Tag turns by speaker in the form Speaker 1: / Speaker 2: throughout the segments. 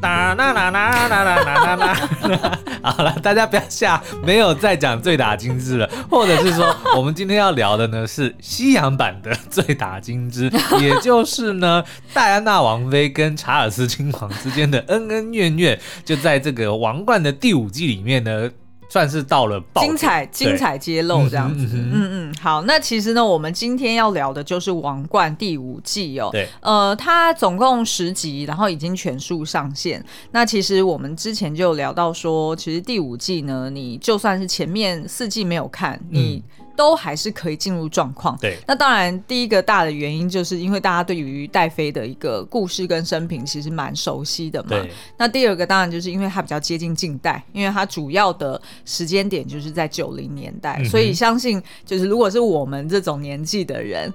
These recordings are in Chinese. Speaker 1: 哒啦啦啦啦啦啦啦啦。 好了，大家不要吓，没有再讲醉打金枝了，或者是说，我们今天要聊的呢是西洋版的醉打金 枝，也就是呢戴安娜王妃跟查尔斯亲王之间的恩恩怨怨，就在这个《王冠》的第五季里面呢。算是到了爆点
Speaker 2: 精彩精，彩揭露这样子，
Speaker 1: 嗯哼嗯
Speaker 2: 嗯嗯好，那其实呢，我们今天要聊的就是《王冠》第五季哦，
Speaker 1: 对
Speaker 2: 呃，它总共十集，然后已经全数上线。那其实我们之前就聊到说，其实第五季呢，你就算是前面四季没有看，你都还是可以进入状况。
Speaker 1: 对
Speaker 2: 那当然，第一个大的原因就是因为大家对于戴妃的一个故事跟生平其实蛮熟悉的嘛。
Speaker 1: 对对，
Speaker 2: 那第二个当然就是因为它比较接近近代，因为它主要的时间点就是在九零年代，
Speaker 1: 嗯哼
Speaker 2: 所以相信就是如果是我们这种年纪的人，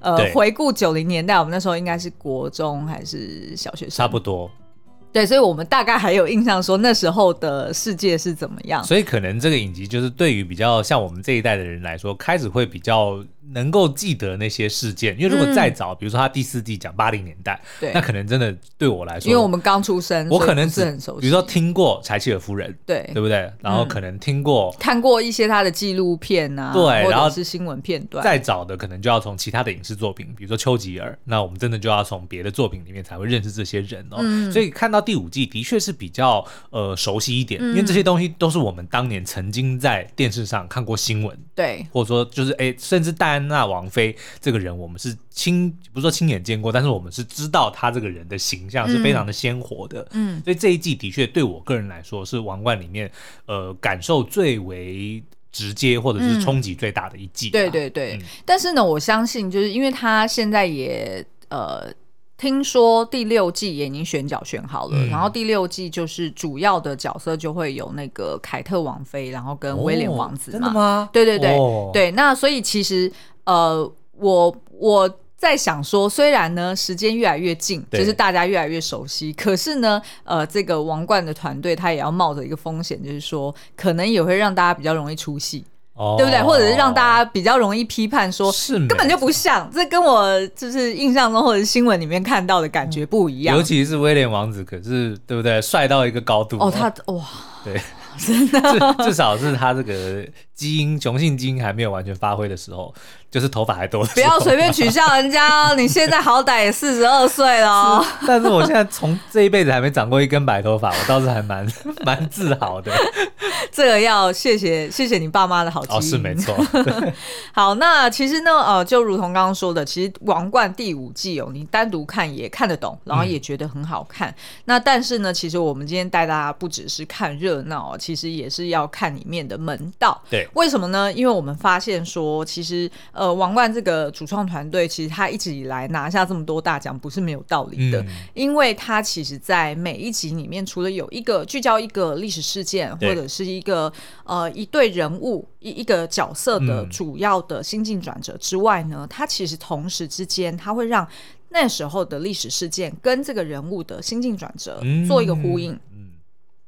Speaker 2: 呃
Speaker 1: 对，
Speaker 2: 回顾九零年代，我们那时候应该是国中还是小学生，
Speaker 1: 差不多。
Speaker 2: 对，所以我们大概还有印象说那时候的世界是怎么样。
Speaker 1: 所以可能这个影集就是对于比较像我们这一代的人来说，开始会比较能够记得那些事件。因为如果再早，比如说他第四季讲八零年代，
Speaker 2: 对
Speaker 1: 那，可能真的对我来说，
Speaker 2: 因为我们刚出生，
Speaker 1: 我
Speaker 2: 所以
Speaker 1: 可能
Speaker 2: 不
Speaker 1: 只
Speaker 2: 是很熟悉，
Speaker 1: 比如说听过柴契尔夫人，
Speaker 2: 对嗯
Speaker 1: 对不对？然后可能听过。
Speaker 2: 看过一些他的纪录片啊，
Speaker 1: 对
Speaker 2: 或
Speaker 1: 然后
Speaker 2: 者是新闻片段，
Speaker 1: 再早的可能就要从其他的影视作品，比如说丘吉尔，那我们真的就要从别的作品里面才会认识这些人哦。
Speaker 2: 嗯
Speaker 1: 所以看到第五季的确是比较呃熟悉一点，因为这些东西都是我们当年曾经在电视上看过新闻，
Speaker 2: 对
Speaker 1: 或者说就是哎、甚至戴安娜王妃这个人，我们是亲不是说亲眼见过，但是我们是知道她这个人的形象是非常的鲜活的。
Speaker 2: 嗯，
Speaker 1: 所以这一季的确对我个人来说是《王冠》里面呃感受最为直接或者是冲击最大的一季、啊
Speaker 2: 对对对，
Speaker 1: 嗯
Speaker 2: 但是呢，我相信就是因为他现在也呃，听说第六季也已经选角选好了，
Speaker 1: 嗯
Speaker 2: 然后第六季就是主要的角色就会有那个凯特王妃，然后跟威廉王
Speaker 1: 哦
Speaker 2: 子
Speaker 1: 真
Speaker 2: 嘛，
Speaker 1: 的吗？
Speaker 2: 对对对、
Speaker 1: 哦，
Speaker 2: 对，那所以其实呃，我我。在想说，虽然呢时间越来越近，
Speaker 1: 对
Speaker 2: 就是大家越来越熟悉，可是呢，呃，这个王冠的团队他也要冒着一个风险，就是说可能也会让大家比较容易出戏，
Speaker 1: 哦
Speaker 2: 对不对？或者是让大家比较容易批判说，
Speaker 1: 是没
Speaker 2: 根本就不像，这跟我就是印象中或者是新闻里面看到的感觉不一样
Speaker 1: 尤。其是威廉王子，可是对不对？帅到一个高度
Speaker 2: 哦，他哇，
Speaker 1: 对，
Speaker 2: 真的，
Speaker 1: 至 至少是他这个基因雄性基因还没有完全发挥的时候，就是头发还多的时候。
Speaker 2: 不要随便取笑人家哦！你现在好歹也四十二岁了哦，
Speaker 1: 但是我现在从这一辈子还没长过一根白头发，我倒是还蛮 蛮自豪的。
Speaker 2: 这个要谢谢谢谢你爸妈的好基因。
Speaker 1: 哦，是没 错，
Speaker 2: 好，那其实呢，呃，就如同刚刚说的，其实《王冠》第五季哦，你单独看也看得懂，然后也
Speaker 1: 嗯
Speaker 2: 觉得很好看。那但是呢，其实我们今天带大家不只是看热闹哦，其实也是要看里面的门道。
Speaker 1: 对
Speaker 2: 为什么呢？因为我们发现说，其实呃，《王冠》这个主创团队，其实他一直以来拿下这么多大奖，不是没有道理的。
Speaker 1: 嗯
Speaker 2: 因为它其实，在每一集里面，除了有一个聚焦一个历史事件，
Speaker 1: 对
Speaker 2: 或者是一个呃一对人物一一个角色的
Speaker 1: 嗯
Speaker 2: 主要的心境转折之外呢，它其实同时之间，它会让那时候的历史事件跟这个人物的心境转折
Speaker 1: 嗯
Speaker 2: 做一个呼应。
Speaker 1: 嗯，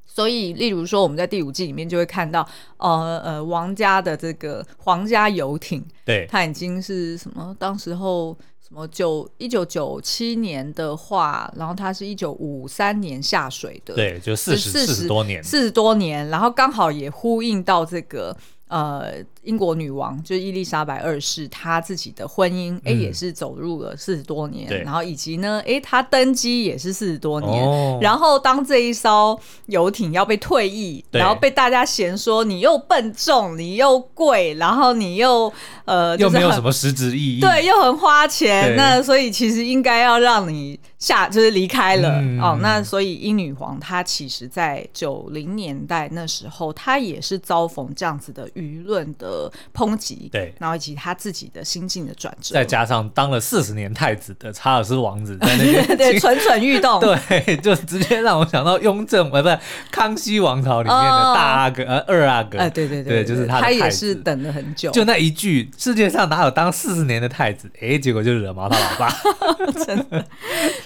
Speaker 2: 所以，例如说，我们在第五季里面就会看到，呃呃，王家的这个皇家游艇，
Speaker 1: 对，
Speaker 2: 它已经是什么？当时候什么九一九九七年的话，然后它是一九五三年下水的，，
Speaker 1: 对，就四十四十多年，
Speaker 2: 四十多年，然后刚好也呼应到这个呃英国女王就是伊丽莎白二世她自己的婚姻，哎、
Speaker 1: 嗯
Speaker 2: 也是走入了四十多年
Speaker 1: 对，
Speaker 2: 然后以及呢，哎她登基也是四十多年，
Speaker 1: 哦
Speaker 2: 然后当这一艘游艇要被退役，
Speaker 1: 对
Speaker 2: 然后被大家嫌说你又笨重，你又贵，然后你又呃，
Speaker 1: 又
Speaker 2: 就是
Speaker 1: 没有
Speaker 2: 很
Speaker 1: 什么实质意义。
Speaker 2: 对，又很花
Speaker 1: 对
Speaker 2: 钱，那所以其实应该要让你下，就是离开了、
Speaker 1: 嗯
Speaker 2: 哦。那所以英女皇她其实，在九零年代那时候，她也是遭逢这样子的舆论的抨击，
Speaker 1: 对
Speaker 2: 然后以及她自己的心境的转折，
Speaker 1: 再加上当了四十年太子的查尔斯王子在那边，
Speaker 2: 对蠢蠢欲 动，
Speaker 1: 对，就直接让我想到雍正，呃，不是康熙王朝里面的
Speaker 2: 哦
Speaker 1: 大阿哥，呃，二阿哥，
Speaker 2: 哎、对对
Speaker 1: 对就是他的
Speaker 2: 她
Speaker 1: 太
Speaker 2: 也
Speaker 1: 子
Speaker 2: 是等了很久，
Speaker 1: 就那一句，世界上哪有当四十年的太子？哎，结果就惹毛他老 爸。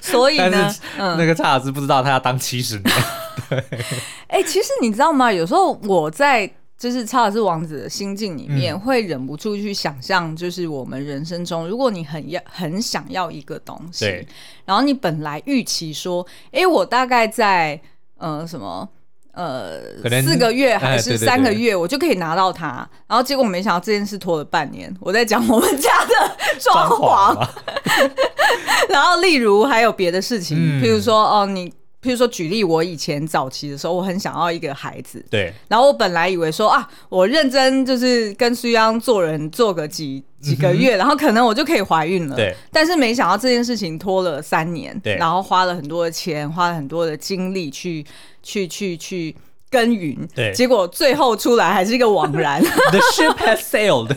Speaker 2: 所以
Speaker 1: 但
Speaker 2: 呢
Speaker 1: 是，
Speaker 2: 嗯
Speaker 1: 那，个查尔斯不知道他要当七十年，
Speaker 2: 哎、其实你知道吗？有时候我在就是查尔斯王子的心境里面，
Speaker 1: 嗯
Speaker 2: 会忍不住去想象，就是我们人生中，如果你很要很想要一个东西
Speaker 1: 对，
Speaker 2: 然后你本来预期说，诶，我大概在呃什么。呃
Speaker 1: 可，能
Speaker 2: 四个月
Speaker 1: 哎
Speaker 2: 还
Speaker 1: 对
Speaker 2: 是
Speaker 1: 对对
Speaker 2: 三个月，我就可以拿到它。然后结果没想到这件事拖了半年。我在讲我们家 的 装潢，
Speaker 1: 吧，
Speaker 2: 然后，例如还有别的事情，
Speaker 1: 嗯
Speaker 2: 譬如说，哦，你，譬如说，举例，我以前早期的时候，我很想要一个孩子，
Speaker 1: 对，
Speaker 2: 然后我本来以为说啊，我认真就是跟苏央做人做个几几个月，然后可能我就可以怀孕了。
Speaker 1: 嗯对。
Speaker 2: 但是没想到这件事情拖了三年，
Speaker 1: 对
Speaker 2: 然后花了很多的钱，花了很多的精力去去去去耕耘，
Speaker 1: 对
Speaker 2: 结果最后出来还是一个 枉然。对
Speaker 1: The ship has sailed，
Speaker 2: 对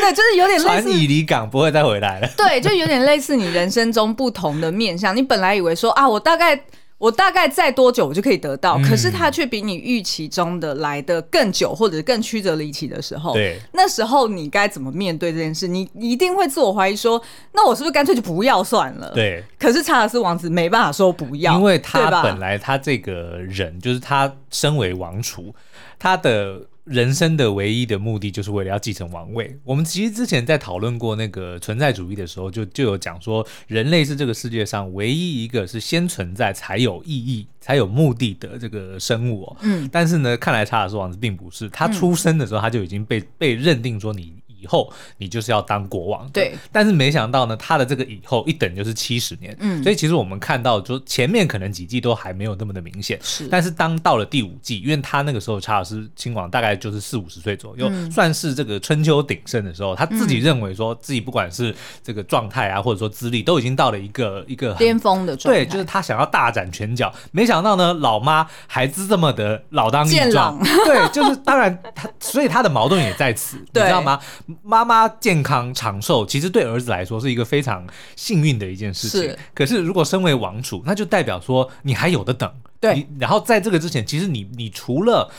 Speaker 2: 对，就是有点类
Speaker 1: 船
Speaker 2: 似
Speaker 1: 已离港，不会再回来了。
Speaker 2: 对，就有点类似你人生中不同的面向。你本来以为说啊，我大概我大概再多久我就可以得到，可
Speaker 1: 嗯
Speaker 2: 是它却比你预期中的来的更久，或者更曲折离奇的时候。
Speaker 1: 对，
Speaker 2: 那时候你该怎么面对这件事？你你一定会自我怀疑说，那我是不是干脆就不要算了？。
Speaker 1: 对，
Speaker 2: 可是查尔斯王子没办法说不要，
Speaker 1: 因为
Speaker 2: 对
Speaker 1: 他
Speaker 2: 吧
Speaker 1: 本来他这个人就是他身为王储，他的人生的唯一的目的就是为了要继承王位。我们其实之前在讨论过那个存在主义的时候就，就有讲说，人类是这个世界上唯一一个是先存在才有意义、才有目的的这个生物、哦。
Speaker 2: 嗯，
Speaker 1: 但是呢，看来查尔斯王子并不是，他出生的时候他就已经被、被认定说你。以后你就是要当国王的，
Speaker 2: 对
Speaker 1: 但是没想到呢，他的这个以后一等就是七十年，
Speaker 2: 嗯
Speaker 1: 所以其实我们看到，就前面可能几季都还没有那么的明显，
Speaker 2: 是
Speaker 1: 但是当到了第五季，因为他那个时候查尔斯亲王大概就是四五十岁左右，
Speaker 2: 嗯
Speaker 1: 算是这个春秋鼎盛的时候，他自己认为说自己不管是这个状态啊，或者说资历，都已经到了一个一个很
Speaker 2: 巅峰的状态，
Speaker 1: 对，就是他想要大展拳脚，没想到呢，老妈还是这么的老当益
Speaker 2: 健
Speaker 1: 壮
Speaker 2: 朗。
Speaker 1: 对，就是当然他，所以他的矛盾也在此，你
Speaker 2: 对
Speaker 1: 知道吗？妈妈健康长寿，其实对儿子来说是一个非常幸运的一件事情。
Speaker 2: 是
Speaker 1: 可是如果身为王储，那就代表说你还有的等。
Speaker 2: 对
Speaker 1: 你，然后在这个之前，其实你你除了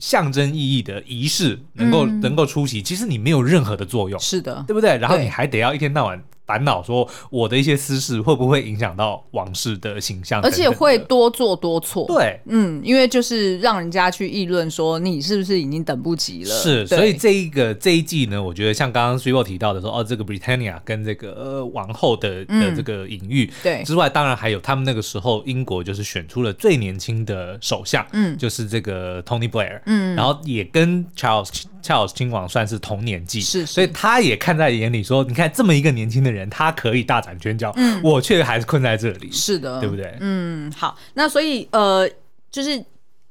Speaker 1: 象征意义的仪式能够、
Speaker 2: 嗯
Speaker 1: 能够出席，其实你没有任何的作用。
Speaker 2: 是的，
Speaker 1: 对不对？然后
Speaker 2: 对
Speaker 1: 你还得要一天到晚烦恼说我的一些私事会不会影响到王室的形象
Speaker 2: 而
Speaker 1: 等等
Speaker 2: 且
Speaker 1: 的，
Speaker 2: 会多做多错。。
Speaker 1: 对。
Speaker 2: 嗯，因为就是让人家去议论说你是不是已经等不及了，
Speaker 1: 是，
Speaker 2: 对
Speaker 1: 所以这一个这一季呢，我觉得像刚刚 s i b o 提到的说，哦，这个 Britannia 跟这个、呃、王后的的
Speaker 2: 嗯
Speaker 1: 这个隐喻、
Speaker 2: 对
Speaker 1: 之外，当然还有他们那个时候英国就是选出了最年轻的首相，
Speaker 2: 嗯
Speaker 1: 就是这个 Tony Blair，
Speaker 2: 嗯
Speaker 1: 然后也跟 Charles Charles 亲王算是同年纪，
Speaker 2: 是是
Speaker 1: 所以他也看在眼里说，你看这么一个年轻的人，他可以大展拳脚，我却还是困在这里，
Speaker 2: 嗯是的，
Speaker 1: 对不？对？
Speaker 2: 嗯，好，那所以呃，就是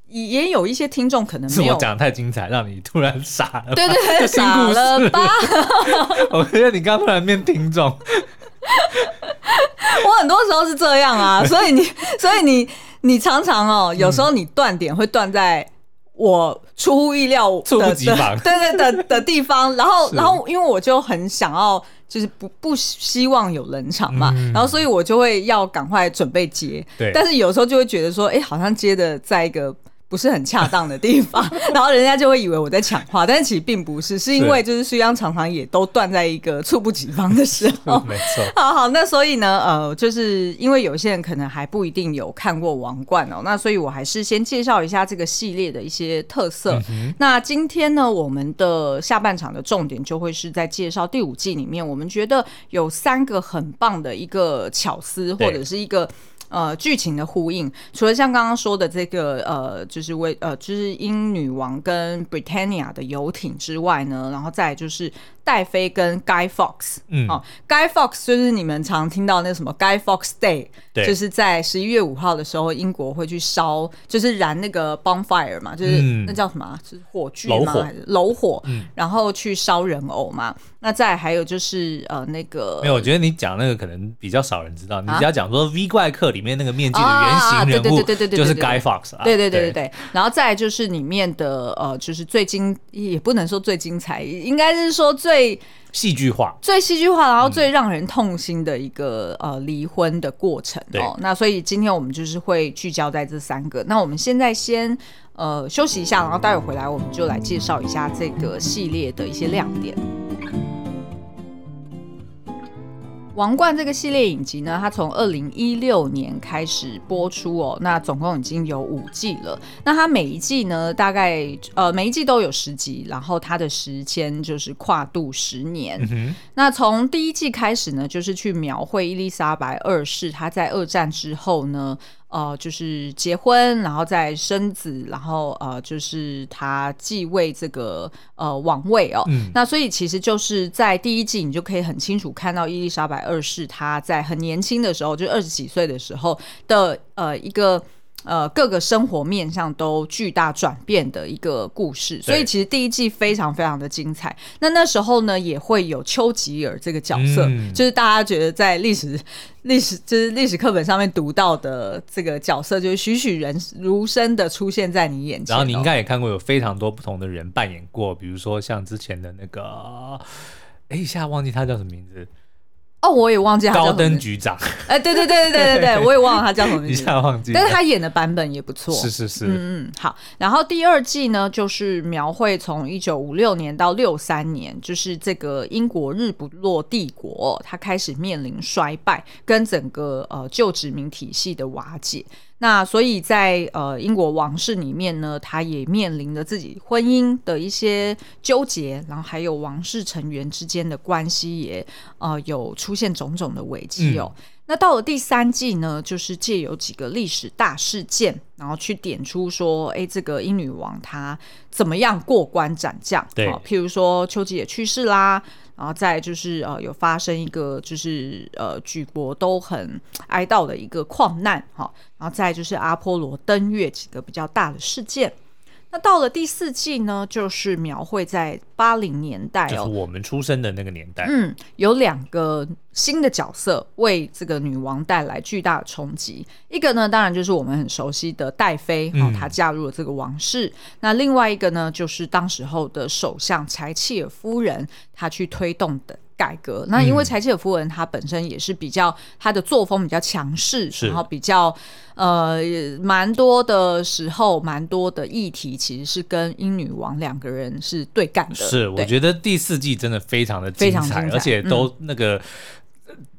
Speaker 2: 也也有一些听众可能
Speaker 1: 是
Speaker 2: 没
Speaker 1: 我
Speaker 2: 有，
Speaker 1: 讲得太精彩，让你突然傻了。
Speaker 2: 对对对，
Speaker 1: 新
Speaker 2: 傻
Speaker 1: 故事
Speaker 2: 了吧？
Speaker 1: 我觉得你刚刚突然变听 众，
Speaker 2: 我很多时候是这样 啊，所以你，所以你，你常常哦，有时候你断点会断在。我出乎意料
Speaker 1: 猝不
Speaker 2: 的
Speaker 1: 及
Speaker 2: 的
Speaker 1: 防
Speaker 2: 对对的的地方，然后
Speaker 1: 是
Speaker 2: 然后因为我就很想要，就是不不希望有冷场嘛，
Speaker 1: 嗯
Speaker 2: 然后所以我就会要赶快准备接，
Speaker 1: 对
Speaker 2: 但是有时候就会觉得说，哎、好像接的在一个不是很恰当的地 方，然后人家就会以为我在抢话，但是其实并不是，是因
Speaker 1: 是
Speaker 2: 为就是苏央常常也都断在一个猝不及防的时候，
Speaker 1: 没错，
Speaker 2: 好好，那所以呢，呃，就是因为有些人可能还不一定有看过《王冠》哦，那所以我还是先介绍一下这个系列的一些特色。那今天呢，我们的下半场的重点就会是在介绍第五季里面，我们觉得有三个很棒的一个巧思，
Speaker 1: 对
Speaker 2: 或者是一个。呃，剧情的呼应，除了像刚刚说的这个呃，就是为呃，就是英女王跟 Britannia 的游艇之外呢，然后再来就是戴妃跟 Guy Fox，
Speaker 1: 嗯
Speaker 2: 哦，Guy Fox 就是你们常听到那什么 Guy Fox Day，
Speaker 1: 对
Speaker 2: 就是在十一月五号的时候，英国会去烧，就是燃那个 bonfire 嘛，就是、
Speaker 1: 嗯
Speaker 2: 那叫什么啊、就是火炬
Speaker 1: 楼
Speaker 2: 吗？
Speaker 1: 火
Speaker 2: 还是楼火，
Speaker 1: 嗯
Speaker 2: 然后去烧人偶嘛。那再还有就是呃那个
Speaker 1: 没有，我觉得你讲那个可能比较少人知道，你只要讲说《V 怪客》里面那个面具的原
Speaker 2: 啊
Speaker 1: 型人物，
Speaker 2: 对对对对对对
Speaker 1: 就是
Speaker 2: 对对
Speaker 1: Guy Fox 啊，
Speaker 2: 对对对对对，然后再来就是里面的呃，就是最精也不能说最精彩，应该是说最
Speaker 1: 戏剧化，
Speaker 2: 最戏剧化，然后最让人痛心的一个、呃离婚的过程哦
Speaker 1: 对。
Speaker 2: 那所以今天我们就是会聚焦在这三个。那我们现在先呃休息一下，然后待会回来我们就来介绍一下这个系列的一些亮点。 《王冠》这个系列影集呢，它从二零一六年开始播出哦，那总共已经有五季了。那它每一季呢，大概呃每一季都有十集，然后它的时间就是跨度十年。
Speaker 1: 嗯哼
Speaker 2: 那从第一季开始呢，就是去描绘伊丽莎白二世她在二战之后呢。呃，就是结婚，然后再生子，然后呃，就是她继位这个呃王位哦。
Speaker 1: 嗯
Speaker 2: 那所以其实就是在第一季，你就可以很清楚看到伊丽莎白二世她在很年轻的时候，就二十几岁的时候的呃一个。呃，各个生活面上都巨大转变的一个故事，所以其实第一季非常非常的精彩。那那时候呢，也会有丘吉尔这个角色，
Speaker 1: 嗯
Speaker 2: 就是大家觉得在历史历史就是历史课本上面读到的这个角色，就是栩栩人如生的出现在你眼前
Speaker 1: 然
Speaker 2: 哦、
Speaker 1: 后你应该也看过有非常多不同的人扮演过，比如说像之前的那个，哎，一下忘记他叫什么名字，
Speaker 2: 哦，我也忘记他叫什
Speaker 1: 高
Speaker 2: 么名
Speaker 1: 登
Speaker 2: 字
Speaker 1: 局长，
Speaker 2: 哎，对对对对对对 对，我也忘了他叫什么名
Speaker 1: 一
Speaker 2: 字，
Speaker 1: 下忘记了。
Speaker 2: 但是他演的版本也不错。
Speaker 1: 是是是，
Speaker 2: 嗯嗯，好。然后第二季呢，就是描绘从一九五六年到六三年，就是这个英国日不落帝国，它开始面临衰败，跟整个呃旧殖民体系的瓦解。那所以在呃英国王室里面呢，他也面临着自己婚姻的一些纠结，然后还有王室成员之间的关系也呃有出现种种的危机
Speaker 1: 嗯
Speaker 2: 哦。那到了第三季呢，就是借由几个历史大事件，然后去点出说，哎，这个英女王她怎么样过关斩将？
Speaker 1: 对
Speaker 2: 好譬如说丘吉尔去世啦，然后再就是呃有发生一个就是呃举国都很哀悼的一个矿难哈，然后再就是阿波罗登月几个比较大的事件。那到了第四季呢，就是描绘在八零年代
Speaker 1: 就是
Speaker 2: 哦，
Speaker 1: 我们出生的那个年代。
Speaker 2: 嗯，有两个新的角色为这个女王带来巨大的冲击。一个呢，当然就是我们很熟悉的戴妃，哦
Speaker 1: 嗯，
Speaker 2: 她嫁入了这个王室。那另外一个呢，就是当时候的首相柴契尔夫人，她去推动的。改革那因为
Speaker 1: 嗯
Speaker 2: 柴契尔夫人她本身也是比较她的作风比较强势，
Speaker 1: 是
Speaker 2: 然后比较呃蛮多的时候蛮多的议题其实是跟英女王两个人是对干的，
Speaker 1: 是，我
Speaker 2: 对
Speaker 1: 觉得第四季真的非常的精
Speaker 2: 非常精彩嗯
Speaker 1: 而且都那个。呃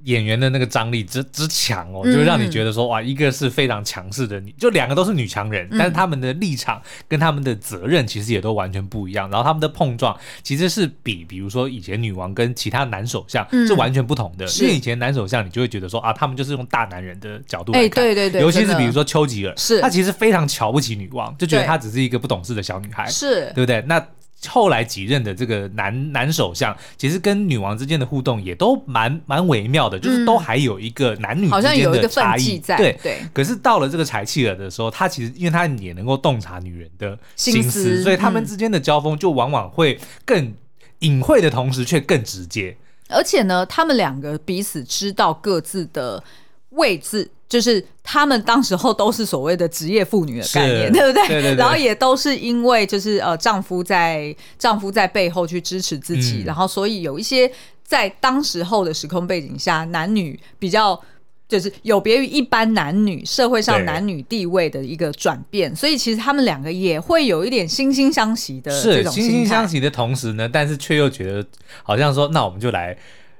Speaker 1: 演员的那个张力之之强哦，就
Speaker 2: 嗯
Speaker 1: 会让你觉得说哇，一个是非常强势的女，就两个都是女强人，
Speaker 2: 嗯
Speaker 1: 但是她们的立场跟她们的责任其实也都完全不一样，然后她们的碰撞其实是比比如说以前女王跟其他男首相
Speaker 2: 嗯
Speaker 1: 是完全不同的，
Speaker 2: 是
Speaker 1: 因为以前男首相你就会觉得说啊，他们就是用大男人的角度来
Speaker 2: 哎、
Speaker 1: 看，
Speaker 2: 对对对，
Speaker 1: 尤其
Speaker 2: 真
Speaker 1: 是
Speaker 2: 的
Speaker 1: 比如说丘吉尔，
Speaker 2: 是
Speaker 1: 他其实非常瞧不起女王，就觉得
Speaker 2: 对
Speaker 1: 她只是一个不懂事的小女孩，
Speaker 2: 是
Speaker 1: 对不对？那后来几任的这个男男首相，其实跟女王之间的互动也都蛮蛮微妙的，就是都还有一个男女
Speaker 2: 嗯
Speaker 1: 之
Speaker 2: 好像
Speaker 1: 间
Speaker 2: 有一
Speaker 1: 的
Speaker 2: 个分
Speaker 1: 差
Speaker 2: 际
Speaker 1: 异，
Speaker 2: 在，
Speaker 1: 对。
Speaker 2: 对，
Speaker 1: 可是到了这个柴契尔的时候，他其实因为他也能够洞察女人的
Speaker 2: 心
Speaker 1: 心
Speaker 2: 思
Speaker 1: 思，所以他们
Speaker 2: 嗯
Speaker 1: 之间的交锋就往往会更隐晦的同时，却更直接。
Speaker 2: 而且呢，他们两个彼此知道各自的位置，就是他们当时候都是所谓的职业妇女的概念，
Speaker 1: 是
Speaker 2: 对不对？
Speaker 1: 对对对
Speaker 2: 然后也都是因为就是呃，丈夫在丈夫在背后去支持自己，
Speaker 1: 嗯
Speaker 2: 然后所以有一些在当时候的时空背景下，男女比较。就是有别于一般男女社会上
Speaker 1: 对
Speaker 2: 男女地位的一个转变，所以其实他们两个也会有一点惺惺相惜的这
Speaker 1: 是
Speaker 2: 种
Speaker 1: 惺惺
Speaker 2: 心态
Speaker 1: 相惜的同时呢，但是却又觉得好像说，那我们就来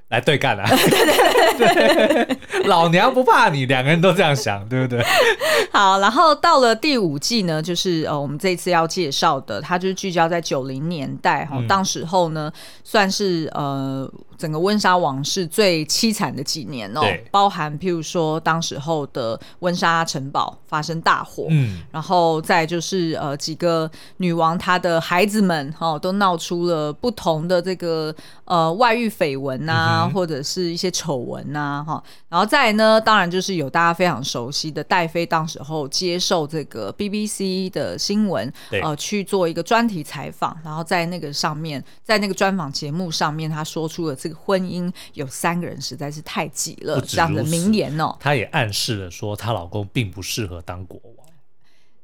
Speaker 1: 来对干 啊！对对 对，老娘不怕你，两个人都这样想，对不对？
Speaker 2: 好，然后到了第五季呢，就是呃，我们这一次要介绍的，它就是聚焦在九零年代哈、
Speaker 1: 嗯
Speaker 2: 当时候呢，算是呃整个温莎王室最凄惨的几年哦
Speaker 1: 对，
Speaker 2: 包含譬如说当时候的温莎城堡发生大火，
Speaker 1: 嗯，
Speaker 2: 然后再就是呃几个女王她的孩子们哦，都闹出了不同的这个呃外遇绯闻呐、
Speaker 1: 嗯哼
Speaker 2: 或者是一些丑闻呐、哈、然后再来呢，当然就是有大家非常熟悉的戴妃，当时候接受这个 BBC 的新闻
Speaker 1: 对
Speaker 2: 呃去做一个专题采访，然后在那个上面，在那个专访节目上面，她说出了这个婚姻有三个人实在是太挤了
Speaker 1: 不止
Speaker 2: 这样的
Speaker 1: 如此
Speaker 2: 名言哦。
Speaker 1: 她也暗示了说，她老公并不适合当国王。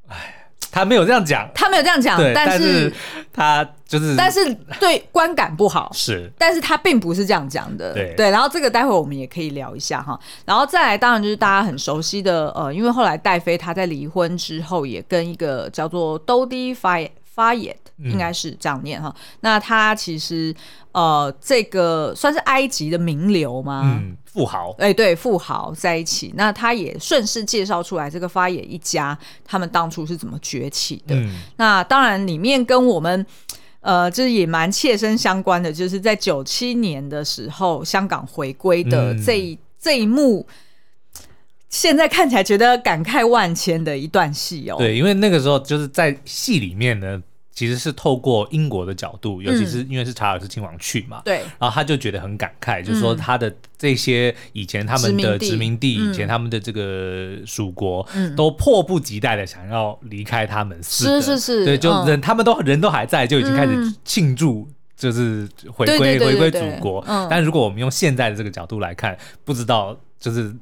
Speaker 1: 哎，她没有这样讲，
Speaker 2: 她没有这样讲
Speaker 1: 对，，
Speaker 2: 但
Speaker 1: 但
Speaker 2: 是
Speaker 1: 她就是，
Speaker 2: 但是对观感不好，
Speaker 1: 是
Speaker 2: 但是他并不是这样讲的，
Speaker 1: 对
Speaker 2: 然后这个待会我们也可以聊一下哈，然后再来当然就是大家很熟悉的呃，因为后来戴妃她在离婚之后也跟一个叫做 Dodi Fay 发言，
Speaker 1: 嗯
Speaker 2: 应该是这样念哈。那他其实呃，这个算是埃及的名流吗？
Speaker 1: 嗯，富豪，
Speaker 2: 哎，对，富豪在一起，那他也顺势介绍出来这个发野一家，他们当初是怎么崛起的。
Speaker 1: 嗯
Speaker 2: 那当然，里面跟我们呃，就是也蛮切身相关的，就是在九七年的时候，香港回归的
Speaker 1: 嗯
Speaker 2: 这一、这一幕，现在看起来觉得感慨万千的一段戏哦。
Speaker 1: 对，因为那个时候就是在戏里面呢，其实是透过英国的角度，
Speaker 2: 嗯
Speaker 1: 尤其是因为是查尔斯亲王去嘛，
Speaker 2: 对
Speaker 1: 然后他就觉得很感慨，就是说
Speaker 2: 嗯
Speaker 1: 他的这些以前他们的
Speaker 2: 殖
Speaker 1: 殖
Speaker 2: 民
Speaker 1: 民
Speaker 2: 地
Speaker 1: 地，
Speaker 2: 嗯
Speaker 1: 以前他们的这个属国，
Speaker 2: 嗯
Speaker 1: 都迫不及待的想要离开他们似的，
Speaker 2: 是是是
Speaker 1: 对，就
Speaker 2: 嗯
Speaker 1: 人、他们都人都还在，就已经开始
Speaker 2: 嗯
Speaker 1: 庆祝。就是回
Speaker 2: 对
Speaker 1: 归
Speaker 2: 对对
Speaker 1: 回
Speaker 2: 对
Speaker 1: 归祖
Speaker 2: 对
Speaker 1: 国
Speaker 2: 嗯，
Speaker 1: 但如果我们用现在的这个角度来看，不知道就是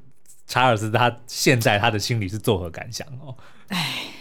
Speaker 1: 查尔斯他现在他的心里是作何感想哦？